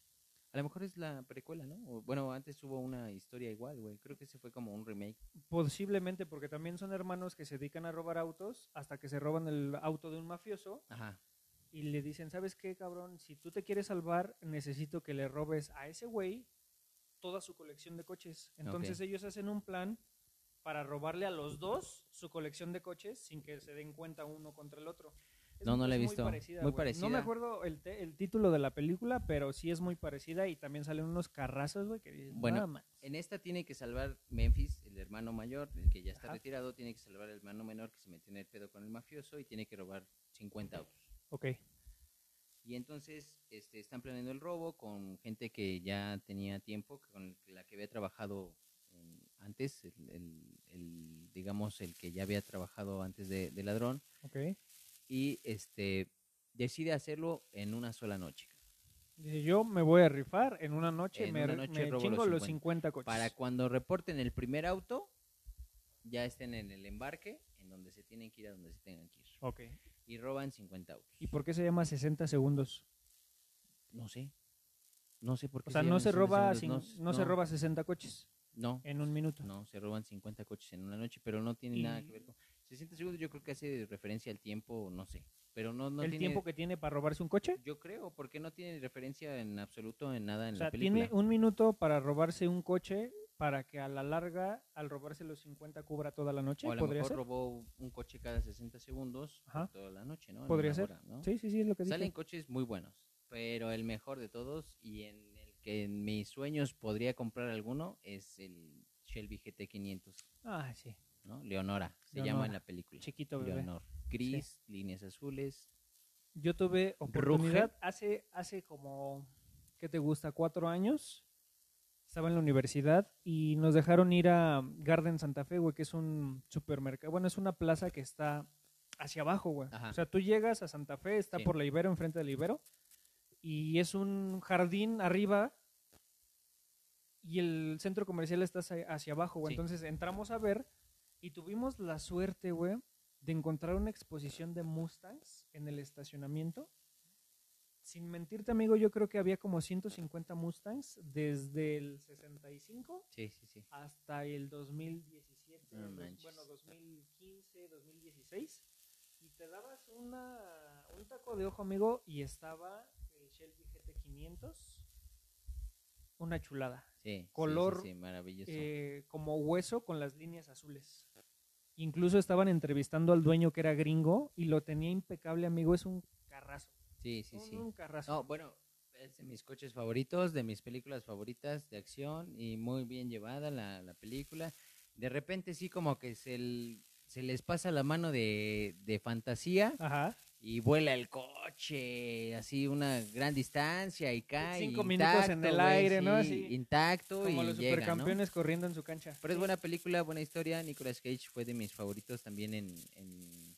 A lo mejor es la precuela, ¿no? O, bueno, antes hubo una historia igual, güey. Creo que ese fue como un remake. Posiblemente porque también son hermanos que se dedican a robar autos hasta que se roban el auto de un mafioso Ajá. y le dicen, ¿sabes qué, cabrón? Si tú te quieres salvar, necesito que le robes a ese güey toda su colección de coches. Entonces ellos hacen un plan para robarle a los dos su colección de coches sin que se den cuenta uno contra el otro. No, no la he es visto. Muy parecida. Muy güey. No me parecida. acuerdo el, te- el título de la película, pero sí es muy parecida y también salen unos carrazos, güey, que dices, Bueno, "No, man". En esta tiene que salvar Memphis, el hermano mayor, el que ya está Ajá. retirado, tiene que salvar al hermano menor que se metió en el pedo con el mafioso y tiene que robar 50 autos. Ok, Y entonces este, están planeando el robo con gente que ya tenía tiempo, que con la que había trabajado eh, antes, el, el- el, digamos, el que ya había trabajado antes de, de ladrón, ok. y este decide hacerlo en una sola noche. Dice, yo me voy a rifar en una noche, En me, una r- noche me robo los chingo los 50 50 coches. Para cuando reporten el primer auto, ya estén en el embarque, en donde se tienen que ir a donde se tengan que ir. Ok. Y roban 50 autos. ¿Y por qué se llama 60 segundos? No sé. No sé por qué. O sea, se no llaman se 60 roba segundos, cin- no se roba 60 coches No, en un minuto. no, se roban 50 coches en una noche, pero no tiene Y- nada que ver con. 60 segundos yo creo que hace referencia al tiempo, no sé. Pero no, no el tiene. tiempo que tiene para robarse un coche. Yo creo, porque no tiene referencia en absoluto en nada en O sea, la película. tiene un minuto para robarse un coche para que a la larga, al robarse los 50, cubra toda la noche. o a lo ¿Podría mejor ser? robó un coche cada 60 segundos por Ajá. toda la noche, ¿no? En Podría una ser. hora, ¿no? Sí, sí, sí, es lo que Salen dije. coches muy buenos, pero el mejor de todos y en el que en mis sueños podría comprar alguno es el Shelby GT500, Ah, sí. ¿no? Leonora, se Leonora. llama en la película. Chiquito bebé. Leonor. Gris, líneas azules. Yo tuve oportunidad hace, hace como, ¿qué te gusta? Cuatro años. Estaba en la universidad y nos dejaron ir a Garden Santa Fe, güey, que es un supermercado. Bueno, es una plaza que está hacia abajo, güey. Ajá. O sea, tú llegas a Santa Fe, está Sí. por la Ibero, enfrente del Ibero, y es un jardín arriba y el centro comercial está hacia, hacia abajo, güey. Sí. Entonces entramos a ver y tuvimos la suerte, güey, de encontrar una exposición de Mustangs en el estacionamiento. Sin mentirte, amigo, yo creo que había como 150 Mustangs desde el 65 Sí, sí, sí. hasta el 2017, No dos- manches. bueno, 2015, 2016. Y te dabas una, un taco de ojo, amigo, y estaba el Shelby GT500 una chulada. Sí, sí, Color, sí, sí, maravilloso. Eh, como hueso con las líneas azules. Incluso estaban entrevistando al dueño que era gringo y lo tenía impecable, amigo. Es un carrazo. sí, sí, sí. Un carrazo. No, bueno, es de mis coches favoritos, de mis películas favoritas de acción y muy bien llevada la, la película. De repente sí como que se, l- se les pasa la mano de, de fantasía Ajá. y vuela el coche así una gran distancia y cae. Cinco intacto, minutos en el güey, aire, ¿no? sí, Así, Intacto Como y los llega, ¿no? supercampeones corriendo en su cancha. Pero es buena película, buena historia. Nicolas Cage fue de mis favoritos también en, en,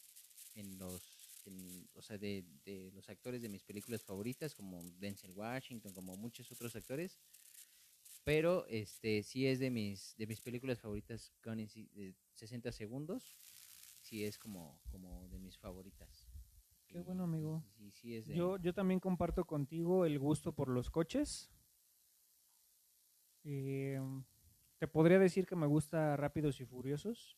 en los. en- o sea, de, de los actores de mis películas favoritas, como Denzel Washington, como muchos otros actores. Pero este sí es de mis, de mis películas favoritas con en si- de 60 segundos. Sí es como, como de mis favoritas. Qué bueno, amigo. Sí, sí es de- Yo, yo también comparto contigo el gusto por los coches. Eh, te podría decir que me gusta Rápidos y Furiosos,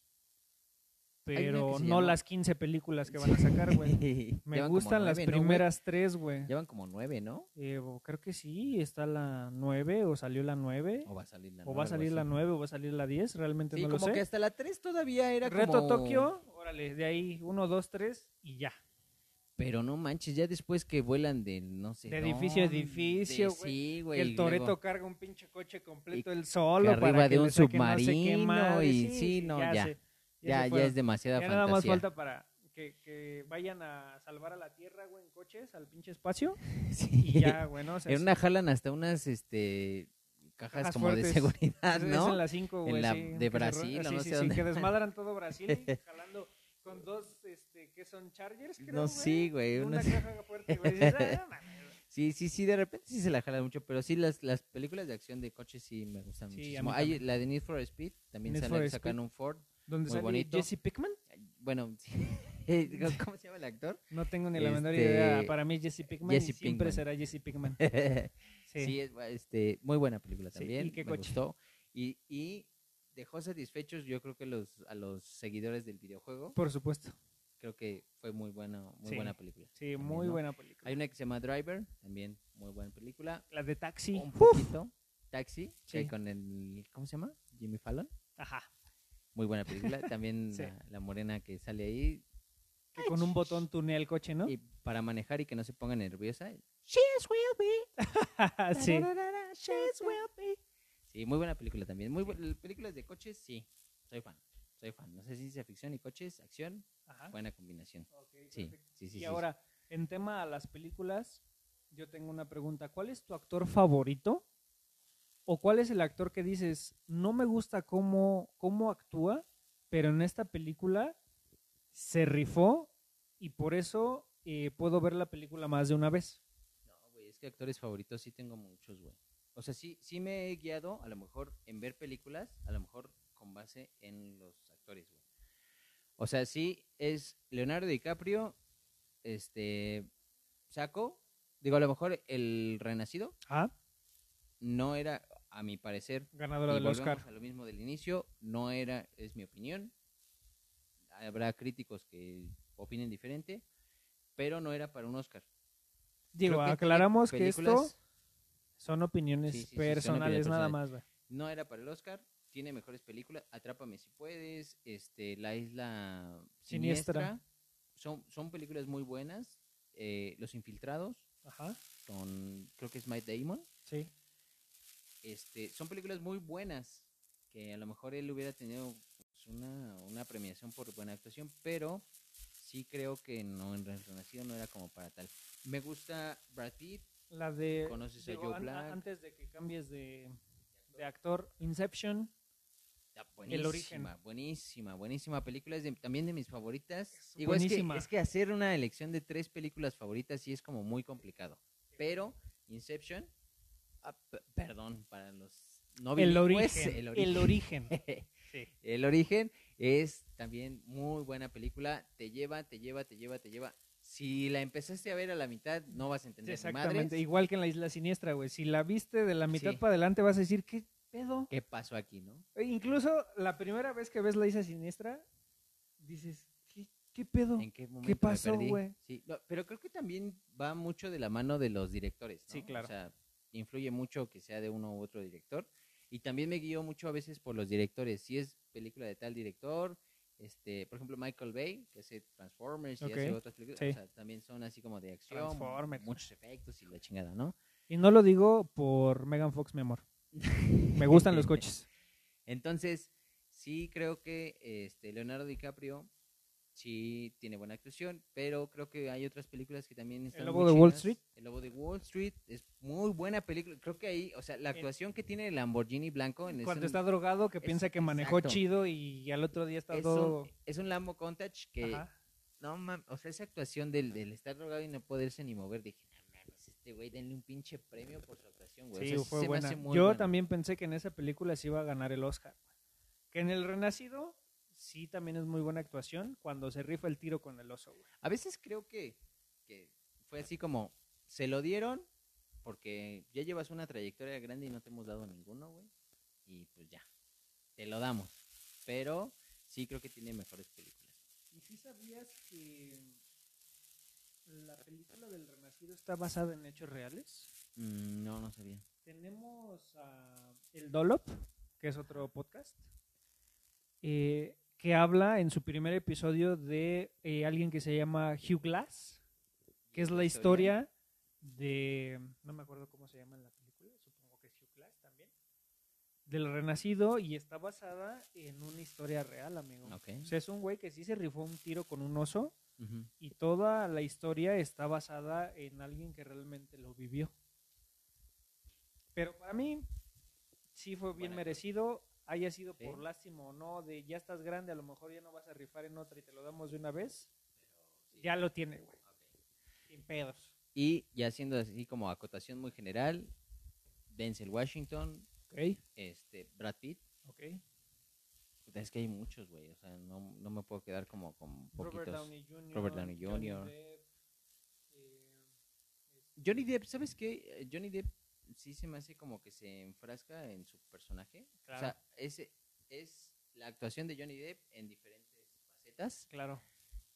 una que pero se no llama- las 15 películas que van a sacar, güey. Me Llevan como gustan las nueve, ¿no, güey? primeras tres, güey. Llevan como nueve, ¿no? Eh, o creo que sí, está la 9 o salió la 9. O va a salir Oh, la O va a nueve, algo salir así. la 9 o va a salir la 10, realmente Sí, no lo como sé. que hasta la 3 todavía era Reto como- Tokio, órale, de ahí 1, 2, 3 y ya. Pero no manches, ya después que vuelan de no sé De edificio a dónde, edificio, güey. Sí, güey. Que y el luego Toreto carga un pinche coche completo el que solo arriba para que de un le saquen no sé qué submarino madre. y sí, no, ya. sé, Ya, se ya es fueron. demasiada Ya fantasía. nada más falta para que, que vayan a salvar a la Tierra, güey, en coches al pinche espacio Sí. y ya, güey, ¿no? O sea, en una jalan hasta unas este cajas, Cajas como fuertes. de seguridad, es- es ah, ¿no? en la 5, En güey, la sí, de que se ro- Brasil, o sí, no sí, sí, sé dónde. que desmadran todo Brasil jalando con dos, este, ¿qué son? ¿Chargers, creo, No, sí, güey, Una unos- caja fuerte, güey, dices, ah, no mames. Sí, sí, sí, de repente sí se la jalan mucho, pero sí las, las películas de acción de coches sí me gustan Sí, a muchísimo. mí Hay la de Need for Speed, también Need sale- for Speed. sacan un Ford. ¿Dónde Muy sale bonito. Jesse Pickman? Bueno, sí. Eh, ¿cómo se llama el actor? No tengo ni la menor Este, idea. Para mí es Jesse Pickman. y Jesse siempre Pinkman. será Jesse Pickman. Sí, Sí. es, bu- este, muy buena película Sí, también. ¿y qué me coche? gustó. Y, y dejó satisfechos, yo creo que los, a los seguidores del videojuego. Por supuesto. Creo que fue muy bueno, muy Sí, buena película. Sí, también, muy ¿no? buena película. Hay una que se llama Driver, también muy buena película. La de Taxi. Un Uf. poquito. Taxi, que Sí. con el, ¿cómo se llama? Jimmy Fallon. Ajá. Muy buena película. También Sí. la, la morena que sale ahí. Que con un botón tunea el coche, ¿no? Y para manejar y que no se ponga nerviosa. She's will be. Ah, sí. tararara, she's will be. Sí, muy buena película también. Muy buena. Películas de coches, sí. Soy fan. Soy fan. No sé si ciencia ficción y coches, acción, Ajá. buena combinación. Ok, Sí, Ah. perfecto. sí, sí. y sí. ahora, en tema a las películas, yo tengo una pregunta. ¿Cuál es tu actor favorito? ¿O cuál es el actor que dices, no me gusta cómo, cómo actúa, pero en esta película se rifó y por eso eh, puedo ver la película más de una vez? No, güey, es que actores favoritos sí tengo muchos, güey. O sea, sí, sí me he guiado, a lo mejor, en ver películas, a lo mejor con base en los actores, güey. O sea, sí es Leonardo DiCaprio, este, Saco, digo, a lo mejor el Renacido Ah, no era, a mi parecer, ganadora Y del volvemos Oscar. a lo mismo del inicio, no era, es mi opinión. Habrá críticos que opinen diferente, pero no era para un Oscar. Digo, Creo que aclaramos que películas esto son opiniones Sí, sí, sí, son personales opiniones nada más, personales. güey. No era para el Oscar, tiene mejores películas, Atrápame si puedes, este, La isla siniestra. Siniestra. Son, son películas muy buenas. eh, Los infiltrados Ajá, con creo que es Mike Damon. sí. este, son películas muy buenas que a lo mejor él hubiera tenido pues, una, una premiación por buena actuación, pero sí creo que no en Re- Renacido no era como para tal. Me gusta Brad Pitt, La de. ¿Conoces a digo, an- Joe a- Black? Antes de que cambies de, de actor, Inception. está El origen. buenísima, buenísima, buenísima película, es de- también de mis favoritas. Es Digo, es que, buenísima. es que hacer una elección de tres películas favoritas sí es como muy complicado, pero Inception, ah, p- perdón, para los no el, bilingües, origen, el el origen. Sí. El origen es también muy buena película. Te lleva, te lleva, te lleva, te lleva. Si la empezaste a ver a la mitad, no vas a entender ni Exactamente. madres Igual que en la Isla Siniestra, güey. Si la viste de la mitad Sí. para adelante, vas a decir, ¿qué pedo? qué pasó aquí, ¿no? E incluso la primera vez que ves la Isla Siniestra, dices, ¿qué, qué pedo? ¿En qué momento me pasó, perdí? güey? Sí, no, pero creo que también va mucho de la mano de los directores, ¿no? Sí, claro. O sea, influye mucho que sea de uno u otro director. Y también me guío mucho a veces por los directores. Si es película de tal director, este, por ejemplo, Michael Bay, que hace Transformers Ok, y hace otras películas, sí. o sea, también son así como de acción, Transformers. muchos efectos y la chingada, ¿no? Y no lo digo por Megan Fox, mi amor. Me gustan Este, los coches. Entonces, sí creo que este Leonardo DiCaprio sí tiene buena actuación, pero creo que hay otras películas que también están Lobo muy de Wall chidas. Street. El Lobo de Wall Street es muy buena película. Creo que ahí, o sea, la El- actuación que tiene el Lamborghini blanco en Cuando ese- está drogado, que es- piensa que manejó exacto. chido y al otro día está es todo. un, es un Lambo Countach que Ajá. no mames, o sea, esa actuación del, del estar drogado y no poderse ni mover, dije, no mames, este güey denle un pinche premio por su actuación, güey. O Sí, sea, fue se me buena. hace Pues Yo muy buena. también pensé que en esa película se iba a ganar el Oscar. Que en El Renacido sí también es muy buena actuación cuando se rifa el tiro con el oso. güey. A veces creo que, que fue así como, se lo dieron porque ya llevas una trayectoria grande y no te hemos dado ninguno, güey. Y pues ya, te lo damos. Pero sí creo que tiene mejores películas. ¿Y si sabías que la película del Renacido está basada en hechos reales? Mm, no, no sabía. Tenemos a El Dolop, que es otro podcast, eh, que habla en su primer episodio de eh, alguien que se llama Hugh Glass, que es la historia de... No me acuerdo cómo se llama en la película, supongo que es Hugh Glass también, del Renacido y está basada en una historia real, amigo. Ok. O sea, es un güey que sí se rifó un tiro con un oso Ujú. y toda la historia está basada en alguien que realmente lo vivió. Pero para mí sí fue bien Buena merecido, haya sido Sí. por lástima o no, de ya estás grande, a lo mejor ya no vas a rifar en otra y te lo damos de una vez. Ya lo tiene, güey. Sin pedos. Y ya siendo así como acotación muy general, Denzel Washington, Ok, este, Brad Pitt, ok. puta, es que hay muchos, güey. O sea, no, no me puedo quedar como con poquitos. Robert Downey Jr. Robert Downey Johnny Jr.. Depp, eh, Johnny Depp, ¿sabes qué? Eh, Johnny Depp sí se me hace como que se enfrasca en su personaje. O Claro. sea, ese es la actuación de Johnny Depp en diferentes facetas. claro.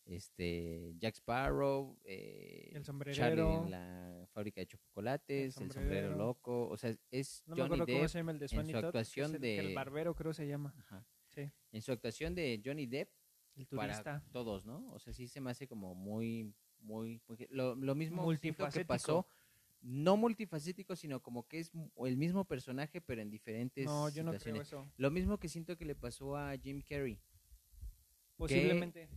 Este, Jack Sparrow, eh, El Charlie sombrerero. en la fábrica de chocolates, El el sombrero, sombrero. loco. O sea, es No me Johnny acuerdo cómo Depp. se llama el de su Sweeney Todd. que es actuación el- que El de- barbero creo se llama. Ajá. Sí. En su actuación de Johnny Depp El turista. para todos, ¿no? O sea, sí se me hace como muy, muy, muy- lo, lo mismo siento que Multifacético. pasó, no multifacético, sino como que es m- o el mismo personaje, pero en diferentes No, yo no creo situaciones. eso. Lo mismo que siento que le pasó a Jim Carrey. Posiblemente.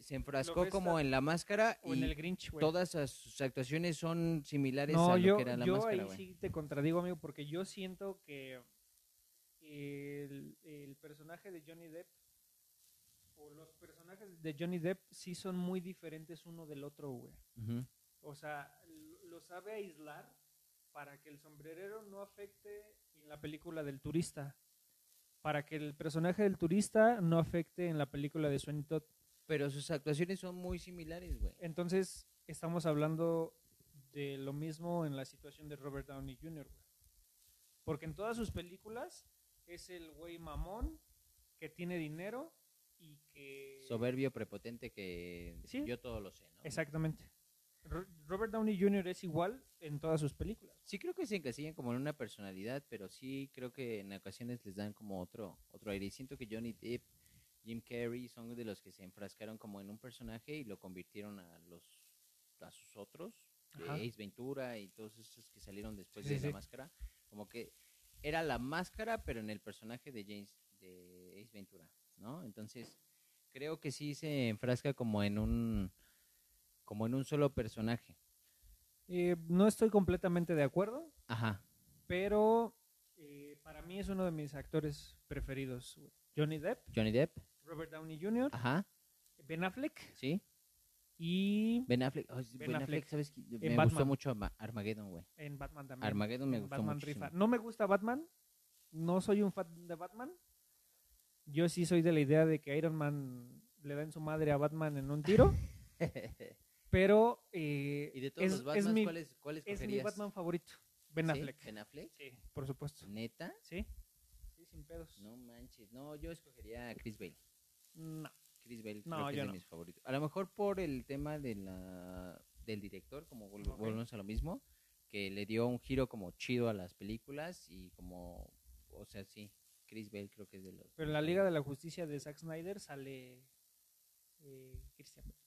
Se enfrascó ves como tan- en la máscara O en el y Grinch, güey. todas as- sus actuaciones son similares no, a lo yo, que era la yo máscara, ahí güey. sí te contradigo, amigo, porque yo siento que el, el personaje de Johnny Depp o los personajes de Johnny Depp sí son muy diferentes uno del otro, güey. Ujú. O sea, l- lo sabe aislar para que el sombrerero no afecte en la película del turista. Para que el personaje del turista no afecte en la película de Sweeney Todd. Pero sus actuaciones son muy similares, güey. Eh, Entonces, estamos hablando de lo mismo en la situación de Robert Downey Jr., güey. Porque en todas sus películas es el güey mamón que tiene dinero y que... Soberbio, prepotente, que Sí. yo todo lo sé, ¿no? Exactamente. Ro- Robert Downey Jr. es igual en todas sus películas. Sí creo que se encasillan como en una personalidad, pero sí creo que en ocasiones les dan como otro, otro aire. Y siento que Johnny Depp, Jim Carrey son de los que se enfrascaron como en un personaje y lo convirtieron a los a sus otros, de Ajá. Ace Ventura y todos esos que salieron después Sí, sí, de la sí. máscara. Como que era la máscara, pero en el personaje de James, de Ace Ventura, ¿no? Entonces, creo que sí se enfrasca como en un como en un solo personaje. Eh, no estoy completamente de acuerdo, Ajá. pero eh, para mí es uno de mis actores preferidos. güey. Johnny Depp, Johnny Depp, Robert Downey Jr., ajá, Ben Affleck sí. y Ben Affleck, ay, Ben Ben Affleck. Affleck, ¿sabes qué? Me Batman. gustó mucho Ama- Armageddon, güey. en Batman también. Armageddon me en gustó Batman mucho. rifa. No me gusta Batman, no soy un fan de Batman. Yo sí soy de la idea de que Iron Man le da en su madre a Batman en un tiro, pero eh, y de todos es, los es Batmans, mi, ¿cuál, es, cuál es mi escogerías? Batman favorito, Ben ¿Sí? Affleck. Ben Affleck. Sí, por supuesto. ¿Neta? ¿Sí? Sí, sin pedos. No manches. No, yo escogería a Chris Bale. No. Chris Bale No, creo que yo es de no. mis favoritos. A lo mejor por el tema de la, del director, como vol- Ok. volvemos a lo mismo, que le dio un giro como chido a las películas y como, o sea, sí, Chris Bale creo que es de los... Pero en la Liga de la Justicia de Zack Snyder sale eh, Christian Bale.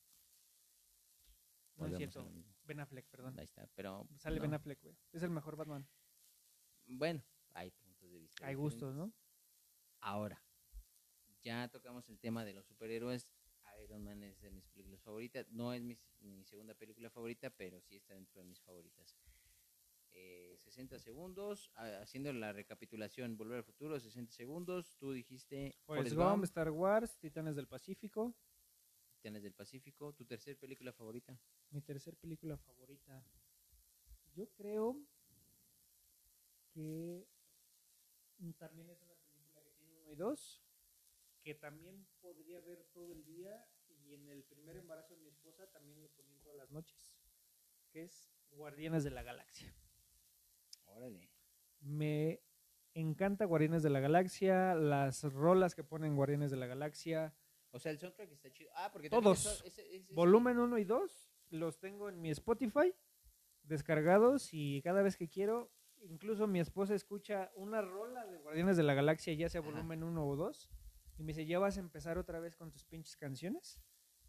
No Volvemos es a cierto. lo mismo. Ben Affleck, perdón. Ahí está, pero... Sale no. Ben Affleck, güey. Es el mejor Batman. Bueno, hay puntos de vista. Hay diferentes. gustos, ¿no? Ahora, ya tocamos el tema de los superhéroes. Iron Man es de mis películas favoritas. No es mis- mi segunda película favorita, pero sí está dentro de mis favoritas. Eh, 60 segundos, ha- haciendo la recapitulación, Volver al Futuro, 60 segundos. Tú dijiste Forrest Forrest Gump, Gump, Star Wars, Titanes del Pacífico. Titanes del Pacífico. ¿Tu tercer película favorita? Mi tercer película favorita. Yo creo que también es una película que tiene uno y dos, que también podría ver todo el día y en el primer embarazo de mi esposa también lo ponían todas las noches, que es Guardianes de la Galaxia. Órale. Me encanta Guardianes de la Galaxia, las rolas que ponen Guardianes de la Galaxia, O sea, el soundtrack está chido. Ah, porque Todos. también eso- ese- ese- Volumen 1 y 2 los tengo en mi Spotify descargados y cada vez que quiero, incluso mi esposa escucha una rola de Guardianes de la Galaxia, ya sea Ajá. volumen 1 o 2, y me dice, ¿ya vas a empezar otra vez con tus pinches canciones?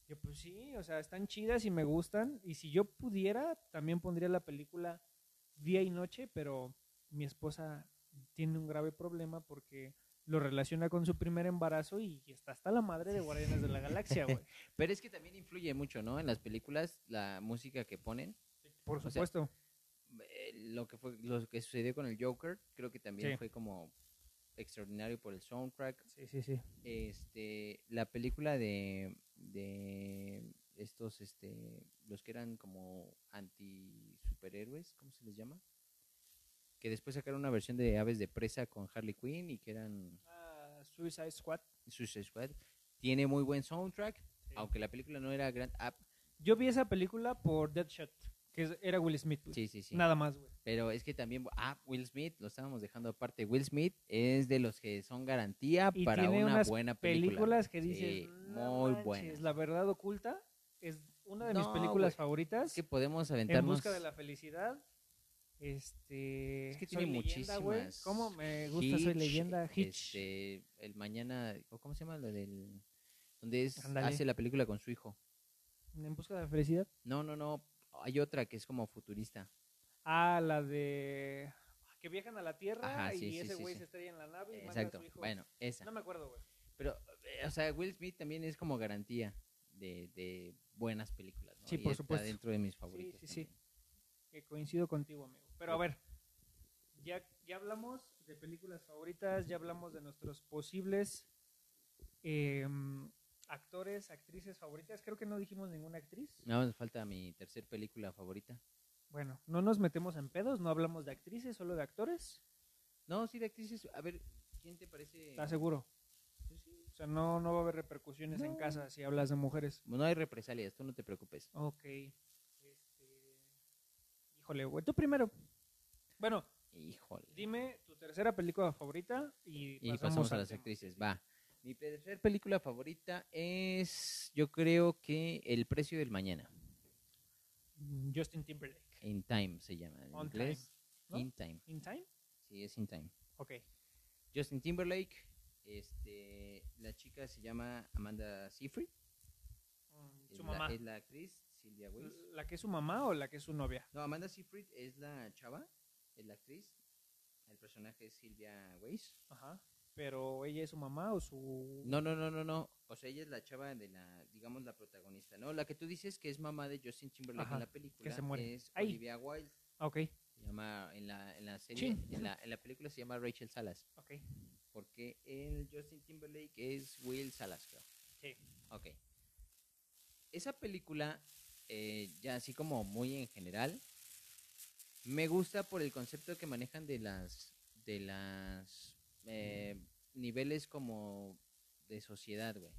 Yo pues sí, o sea, están chidas y me gustan, y si yo pudiera, también pondría la película día y noche, pero mi esposa tiene un grave problema porque lo relaciona con su primer embarazo y está hasta la madre de Guardianes de la Galaxia, güey. Pero es que también influye mucho, ¿no? En las películas, la música que ponen. Por sea, supuesto. eh, lo que fue lo que sucedió con el Joker creo que también Sí. fue como extraordinario por el soundtrack Sí, sí, sí. este la película de de estos este los que eran como anti superhéroes cómo se les llama que después sacaron una versión de Aves de presa con Harley Quinn y que eran Ah, Suicide Squad. Suicide Squad tiene muy buen soundtrack aunque la película no era gran ah, Yo vi esa película por Deadshot, que es- era Will Smith. güey. sí sí sí Nada más, güey. Pero es que también, ah, Will Smith, lo estábamos dejando aparte. Will Smith es de los que son garantía Y para tiene una unas buena película. Películas que Sí, dices, muy muy buenas. buenas. La verdad oculta es una de mis No, películas güey. favoritas. Es que podemos en aventarnos. busca de la felicidad. Este. Es que Soy tiene Leyenda, güey. muchísimas. ¿Cómo me gusta Soy Hitch, Leyenda? Hitch. este, el mañana, ¿o ¿cómo se llama? Lo del, donde es, Ándale. hace la película con su hijo. En busca de la felicidad. No, no, no. Hay otra que es como futurista. Ah, la de. Que viajan a la tierra Ajá, sí, y sí, ese sí, güey sí. se estrella en la nave y manda a Exacto. su hijo. Bueno, esa. No me acuerdo, güey. Pero, eh, o sea, Will Smith también es como garantía de, de buenas películas. ¿no? Sí, Y por está supuesto. dentro de mis favoritas. sí, sí. que coincido contigo, amigo. Pero a Sí. ver, ya, ya hablamos de películas favoritas, ya hablamos de nuestros posibles em, actores, actrices favoritas. Creo que no dijimos ninguna actriz. No, nos falta mi tercer película favorita. Bueno, no nos metemos en pedos, no hablamos de actrices, solo de actores. No, sí, de actrices. A ver, ¿quién te parece? ¿Estás seguro? O sea, no, no va a haber repercusiones en No. casa si hablas de mujeres. No hay represalias, tú no te preocupes. Ok. Este, Híjole, güey, tú primero. Bueno, Híjole. dime tu tercera película favorita y, y pasamos a al las tema. actrices. Va. Mi tercer película favorita es, yo creo que El precio del mañana. Mm, Justin Timberlake. In Time se llama en On inglés. Time, ¿no? In Time. ¿In Time? Sí, es In Time. Ok. Justin Timberlake. Este, la chica se llama Amanda Seyfried. Mm, es Su la- mamá. es la actriz Silvia Weiss. ¿La que es su mamá o la que es su novia? No, Amanda Seyfried es la chava, es la actriz. El personaje es Silvia Weiss. Ajá. ¿Pero ella es su mamá o su...? No, no, no, no, no. O sea, ella es la chava de la, digamos, la protagonista, ¿no? La que tú dices que es mamá de Justin Timberlake Ajá, en la película. que se muere. Es Ay. Olivia Wilde. Ah, Ok, Se llama, en la, en la serie, Chin. en la, en la película se llama Rachel Salas. ok. Porque el Justin Timberlake es Will Salas, creo. Sí. Ok. Esa película, eh, ya así como muy en general, me gusta por el concepto que manejan de las de las eh, niveles como de sociedad, güey.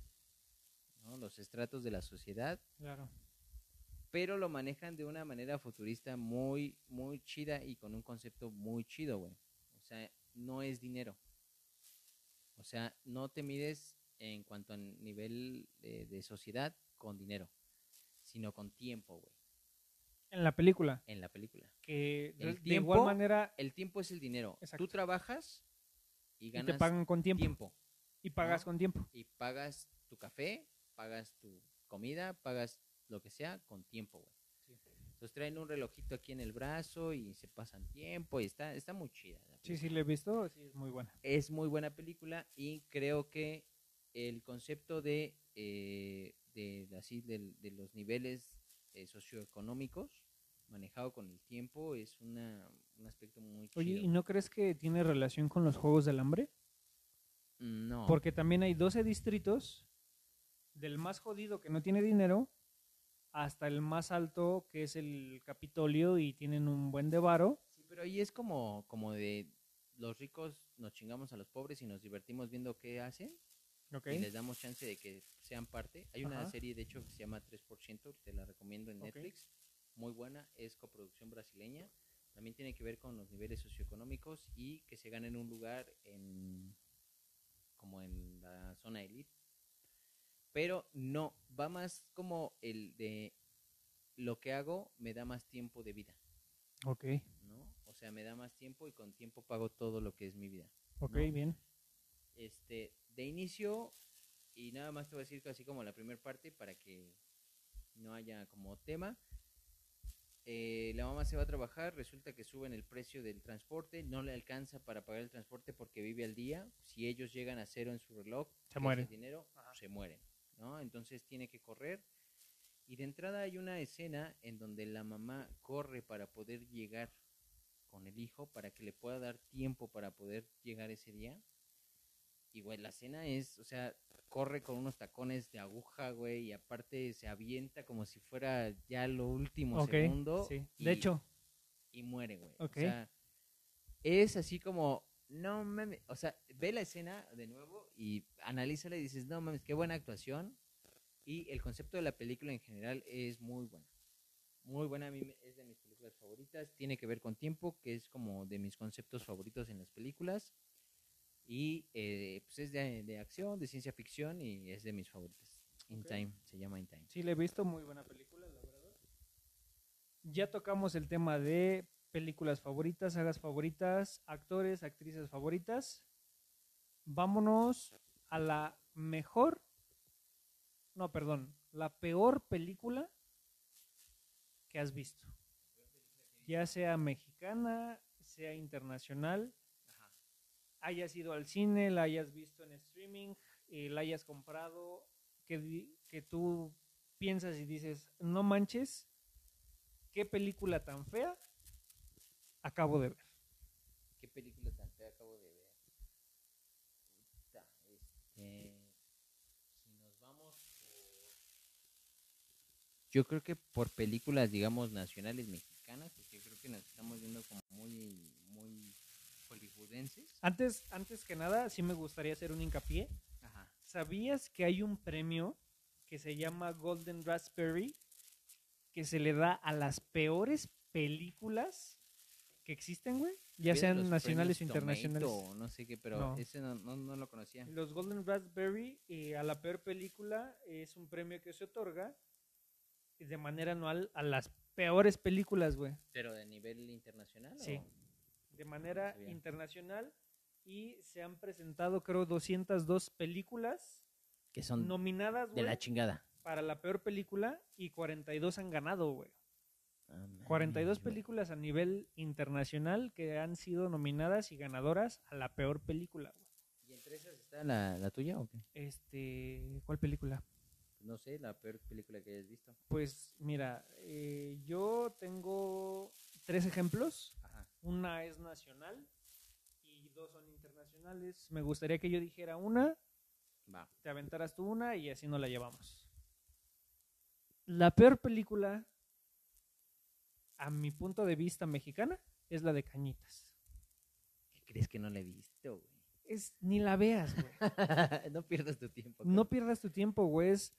¿no? Los estratos de la sociedad, Claro. pero lo manejan de una manera futurista muy muy chida y con un concepto muy chido, güey. O sea, no es dinero. O sea, no te mides en cuanto a nivel de, de sociedad con dinero, sino con tiempo, güey. en la película. en la película. Que de, El de igual tiempo manera El tiempo es el dinero. Exacto. Tú trabajas y y te ganas pagan con tiempo, tiempo. y pagas ¿no? con tiempo. y pagas tu café, pagas tu comida, pagas lo que sea con tiempo, güey. Entonces traen un relojito aquí en el brazo y se pasan tiempo y está, está muy chida. la Sí, película. sí, le he visto, sí, es muy buena. Es muy buena película y creo que el concepto de, eh, de, de así, del- de, los niveles eh, socioeconómicos manejado con el tiempo es una, un aspecto muy chido. Oye, ¿y no crees que tiene relación con los Juegos del Hambre? No. Porque también hay 12 distritos, del más jodido que no tiene dinero hasta el más alto que es el Capitolio y tienen un buen de varo. Sí, pero ahí es como, como de los ricos nos chingamos a los pobres y nos divertimos viendo qué hacen y les damos chance de que sean parte. Hay una Ajá. serie, de hecho, que se llama 3%, te la recomiendo en Ok. Netflix, muy buena, es coproducción brasileña, también tiene que ver con los niveles socioeconómicos y que se ganen un lugar en como en la zona elite. Pero no, va más como el de lo que hago me da más tiempo de vida. Ok, ¿no? O sea, me da más tiempo y con tiempo pago todo lo que es mi vida. ok, No. bien. Este, de inicio, y nada más te voy a decir así como la primera parte para que no haya como tema. Eh, la mamá se va a trabajar, resulta que suben el precio del transporte, no le alcanza para pagar el transporte porque vive al día. Si ellos llegan a cero en su reloj, Se que es mueren. el dinero, se mueren, ¿no? Entonces tiene que correr. Y de entrada hay una escena en donde la mamá corre para poder llegar con el hijo para que le pueda dar tiempo para poder llegar ese día. Y, güey, la escena es, o sea, corre con unos tacones de aguja, güey, y aparte se avienta como si fuera ya lo último Ok, segundo. sí. y- De hecho, y muere, güey. Ok. O sea, es así como, no mames, o sea, ve la escena de nuevo y analízala y dices, no mames, qué buena actuación. Y el concepto de la película en general es muy bueno. Muy buena, a mí me- es de mis películas favoritas. Tiene que ver con tiempo, que es como de mis conceptos favoritos en las películas. Y eh, pues es de, de acción, de ciencia ficción y es de mis favoritas. In Ok. Time, se llama In Time. sí, le he visto, muy buena película, la verdad. Ya tocamos el tema de películas favoritas, sagas favoritas, actores, actrices favoritas. Vámonos a la mejor, no, perdón, la peor película que has visto. Ya sea mexicana, sea internacional, hayas ido al cine, la hayas visto en streaming, eh, la hayas comprado, que, di- que tú piensas y dices, no manches, qué película tan fea acabo de ver. ¿Qué película tan fea acabo de ver? Puta, este, Si nos vamos por- Yo creo que por películas, digamos, nacionales mexicanas, porque creo que nos estamos viendo como muy, muy hollywoodenses. Antes, antes que nada, sí me gustaría hacer un hincapié. Ajá. ¿Sabías que hay un premio que se llama Golden Raspberry que se le da a las peores películas que existen, güey? Ya ¿Ves sean los nacionales o premios internacionales. Tomato? eh. no sé qué, pero No. ese no, no, no lo conocía. Los Golden Raspberry eh, a la peor película es un premio que se otorga de manera anual a las peores películas, güey. ¿Pero de nivel internacional? Sí. o? De manera sabía. internacional y se han presentado, creo, 202 películas Que son nominadas, de güey, la chingada. para la peor película y 42 han ganado, güey. Ah, mames, 42 güey. películas a nivel internacional que han sido nominadas y ganadoras a la peor película, güey. ¿Y entre esas está la, la tuya o qué? Este, ¿cuál película? No sé, la peor película que hayas visto. Pues mira, eh, yo tengo tres ejemplos. Ajá. Una es nacional y dos son internacionales. Me gustaría que yo dijera una, Va. te aventaras tú una y así no la llevamos. La peor película, a mi punto de vista mexicana, es la de Cañitas. ¿Qué crees que no la he visto, güey? Es, ni la veas, güey. no pierdas tu tiempo. No cabrón. pierdas tu tiempo, güey. Es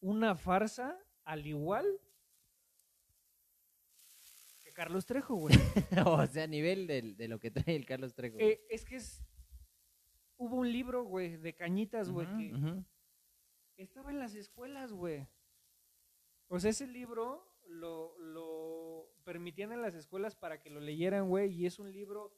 una farsa al igual que Carlos Trejo, güey. o sea, a nivel del- de, lo que trae el Carlos Trejo. güey. Eh, es que es. Hubo un libro, güey, de cañitas, pues, güey, Ujú, que ujú. estaba en las escuelas, güey. O sea, ese libro lo, lo permitían en las escuelas para que lo leyeran, güey, y es un libro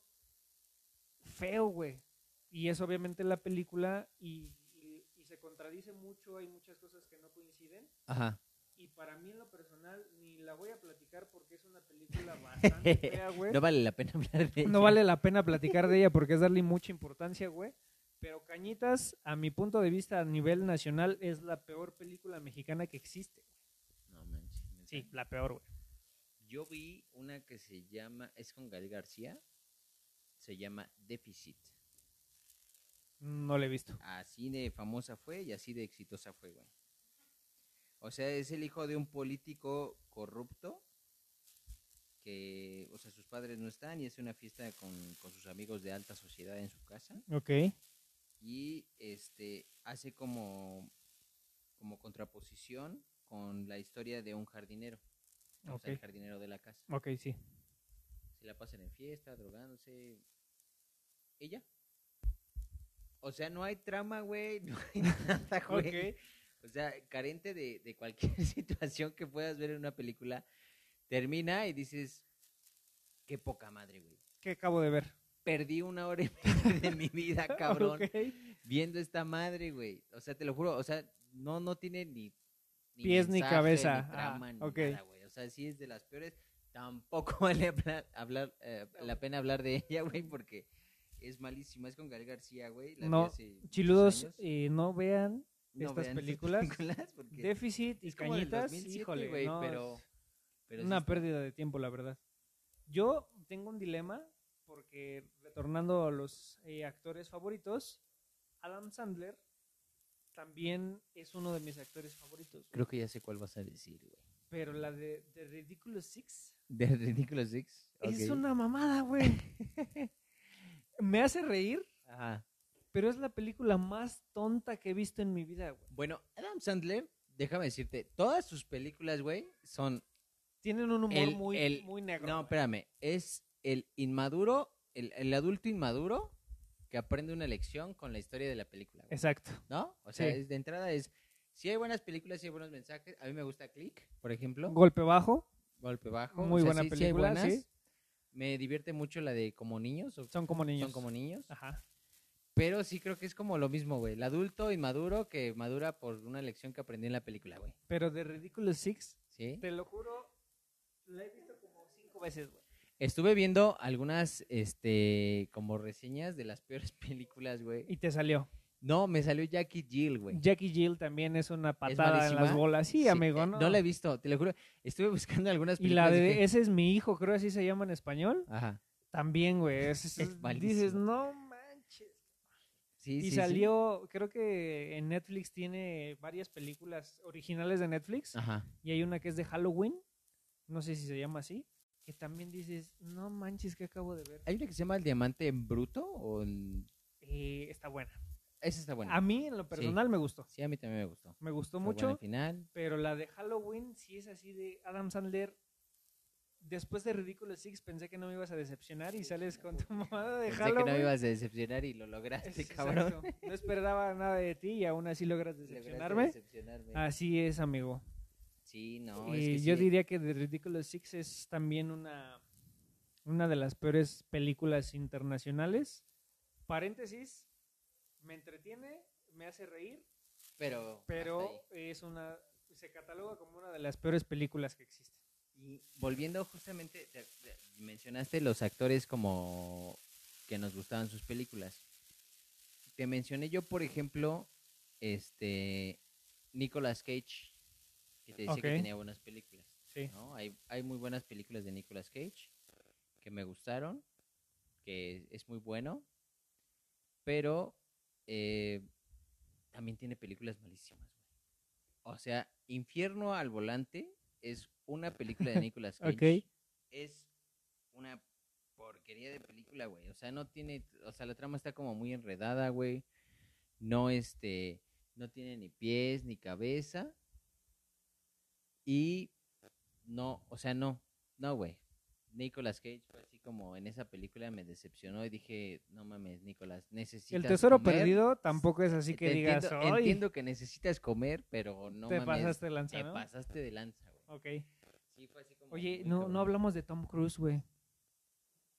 feo, güey. Y es obviamente la película y, y- y se contradice mucho, hay muchas cosas que no coinciden. Ajá. Y para mí en lo personal ni la voy a platicar porque es una película bastante fea, güey. No vale la pena hablar de ¿Eh? No ella. vale la pena platicar de ella porque es darle mucha importancia, güey. Pero Cañitas, a mi punto de vista a nivel nacional, es la peor película mexicana que existe. No manches. neta. Sí, la peor, güey. Yo vi una que se llama, es con Gael García, se llama Deficit. No la he visto. Así de famosa fue y así de exitosa fue, güey. O sea, es el hijo de un político corrupto que, o sea, sus padres no están y es una fiesta con, con sus amigos de alta sociedad en su casa Ok. y este hace como como contraposición con la historia de un jardinero, o sea, el Ok. jardinero de la casa. Ok, sí. se la pasan en fiesta, drogándose. ¿Ella? O sea, no hay trama, güey, no hay nada, güey. Ok. O sea, carente de, de cualquier situación que puedas ver en una película, termina y dices, qué poca madre, güey. ¿Qué acabo de ver? Perdí una hora y media de mi vida, cabrón, Ok. viendo esta madre, güey. O sea, te lo juro, o sea, no, no tiene ni... Pies ni cabeza. Ni trama, Ah, ni ok. nada, güey. O sea, sí es de las peores. Tampoco vale hablar, hablar, eh, la pena hablar de ella, güey, porque es malísima. Es con Gael García, güey. la vi No, hace muchos Chiludos, años. eh, no vean No estas vean esas películas, porque Déficit y es como del Cañitas. 2007, híjole, güey, no, pero, es pero sí una está- pérdida de tiempo, la verdad. Yo tengo un dilema porque retornando a los eh, actores favoritos, Adam Sandler también es uno de mis actores favoritos. güey. Creo que ya sé cuál vas a decir, güey. Pero la de, de Ridiculous Six De Ridiculous Six. es ok. una mamada, güey. Me hace reír, Ajá. pero es la película más tonta que he visto en mi vida, güey. Bueno, Adam Sandler, déjame decirte, todas sus películas, güey, son Tienen un humor El- muy, el- muy negro. No, güey. espérame. Es el inmaduro, el, el adulto inmaduro que aprende una lección con la historia de la película. güey, Exacto. ¿No? O sea, Sí. es- de entrada es. Si hay buenas películas, si hay buenos mensajes. A mí me gusta Click, por ejemplo. Golpe bajo, Golpe bajo. Muy buena sí- sí hay película, sí. Me divierte mucho la de Como Niños. o- son como niños. Son como niños. Ajá. Pero sí creo que es como lo mismo, güey. El adulto inmaduro que madura por una lección que aprendí en la película, güey. Pero de Ridiculous Six, ¿Sí? te lo juro, la he visto como cinco veces, güey. Estuve viendo algunas, este, como reseñas de las peores películas, güey. Y te salió. No, me salió Jackie Jill, güey. Jackie Jill también es una patada en malísima? las bolas. Sí, Sí, amigo, eh, ¿no? la he visto, te lo juro. Estuve buscando algunas y la películas. de dije, Ese es mi hijo, creo así se llama en español. Ajá. También, güey. es- es- Es malísimo. dices, no manches. Sí, sí, Y sí. salió, creo que en Netflix tiene varias películas originales de Netflix. Ajá. Y hay una que es de Halloween. No sé si se llama así. Que también dices, no manches, que acabo de ver. Hay una que se llama El Diamante en Bruto. O en- Eh, está buena. Esa está buena. A mí, en lo personal, me gustó. Sí, a mí también me gustó. Me gustó Mucho. mucho. final. Pero la de Halloween sí es así de Adam Sandler. Después de Ridiculous Six pensé que no me ibas a decepcionar y sales con tu mamada de Pensé Halloween. que no me ibas a decepcionar y lo Es- lograste, exacto. cabrón. No esperaba nada de ti y aún así logras Lograste decepcionarme. Ah, decepcionarme. Así es, amigo. Sí, no. y es que yo sí. diría que The Ridiculous Six es también una, una de las peores películas internacionales. Paréntesis, me entretiene, me hace reír, Pero. hasta ahí. pero es una se cataloga como una de las peores películas que existen. Y volviendo justamente, te- te- mencionaste los actores como que nos gustaban sus películas. Te mencioné yo, por ejemplo, este Nicolas Cage, que te decía Ok. que tenía buenas películas. Sí. ¿no? Hay, hay muy buenas películas de Nicolas Cage que me gustaron, que es muy bueno, pero eh, también tiene películas malísimas. güey. O sea, Infierno al Volante es una película de Nicolas Cage. Ok. Es una porquería de película, güey. O sea, no tiene, o sea, la trama está como muy enredada, güey. No este, no tiene ni pies ni cabeza. Y no, o sea, no, no, güey. Nicolas Cage fue así como en esa película me decepcionó y dije, no mames, Nicolas, necesitas El tesoro comer". E, perdido tampoco es así que Te digas, entiendo, "Ay, entiendo que necesitas comer, pero no te mames, pasaste de lanza, te ¿no? pasaste de lanza, güey. Ok. sí fue así como. Oye, muy no, cabrón. no hablamos de Tom Cruise, güey.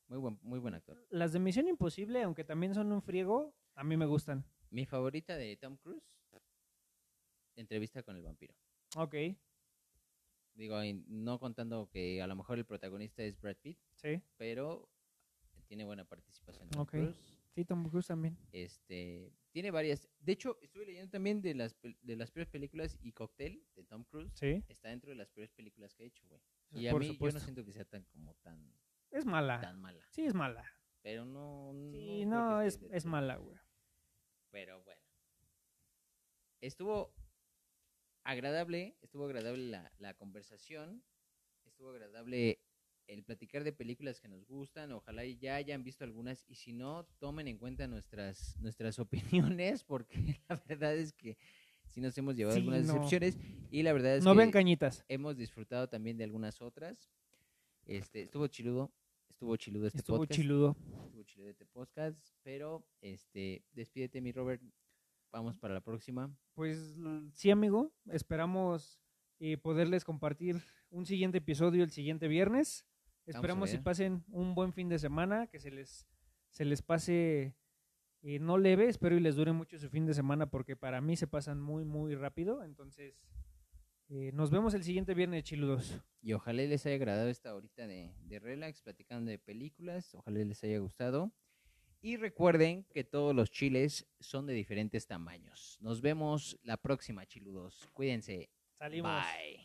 Muy buen, muy buen actor. Las de Misión Imposible, aunque también son un friego, a mí me gustan. Mi favorita de Tom Cruise, entrevista con el vampiro. Ok, Digo, y no contando que a lo mejor el protagonista es Brad Pitt, sí. pero tiene buena participación Tom Ok. Cruise. Sí, Tom Cruise también. Este, tiene varias. De hecho, estuve leyendo también de las, pel- de las peores películas y Cocktail de Tom Cruise. Sí. Está dentro de las peores películas que ha hecho, güey. Y a Por mí supuesto. yo no siento que sea tan como tan, Es mala. tan mala. Sí, es mala. Pero no. Sí, creo no, que es, esté es dentro. mala, güey. Pero bueno. Estuvo agradable, estuvo agradable la, la conversación, estuvo agradable el platicar de películas que nos gustan, ojalá y ya hayan visto algunas y si no, tomen en cuenta nuestras, nuestras opiniones porque la verdad es que sí nos hemos llevado Sí, algunas no. decepciones y la verdad es No que vean cañitas. hemos disfrutado también de algunas otras. Este, estuvo chiludo, estuvo chiludo este Estuvo podcast chiludo. tu Chilete este Podcast, pero este, despídete mi Robert, vamos para la próxima. Pues l- sí, amigo. Esperamos eh, poderles compartir un siguiente episodio el siguiente viernes. Vamos a Esperamos si ver. pasen un buen fin de semana, que se les, se les pase eh, no leve, espero y les dure mucho su fin de semana porque para mí se pasan muy, muy rápido. Entonces, eh, nos vemos el siguiente viernes, chiludos. Y ojalá y les haya agradado esta horita de, de relax, platicando de películas, ojalá y les haya gustado. Y recuerden que todos los chiles son de diferentes tamaños. Nos vemos la próxima, chiludos. Cuídense. Salimos. Bye.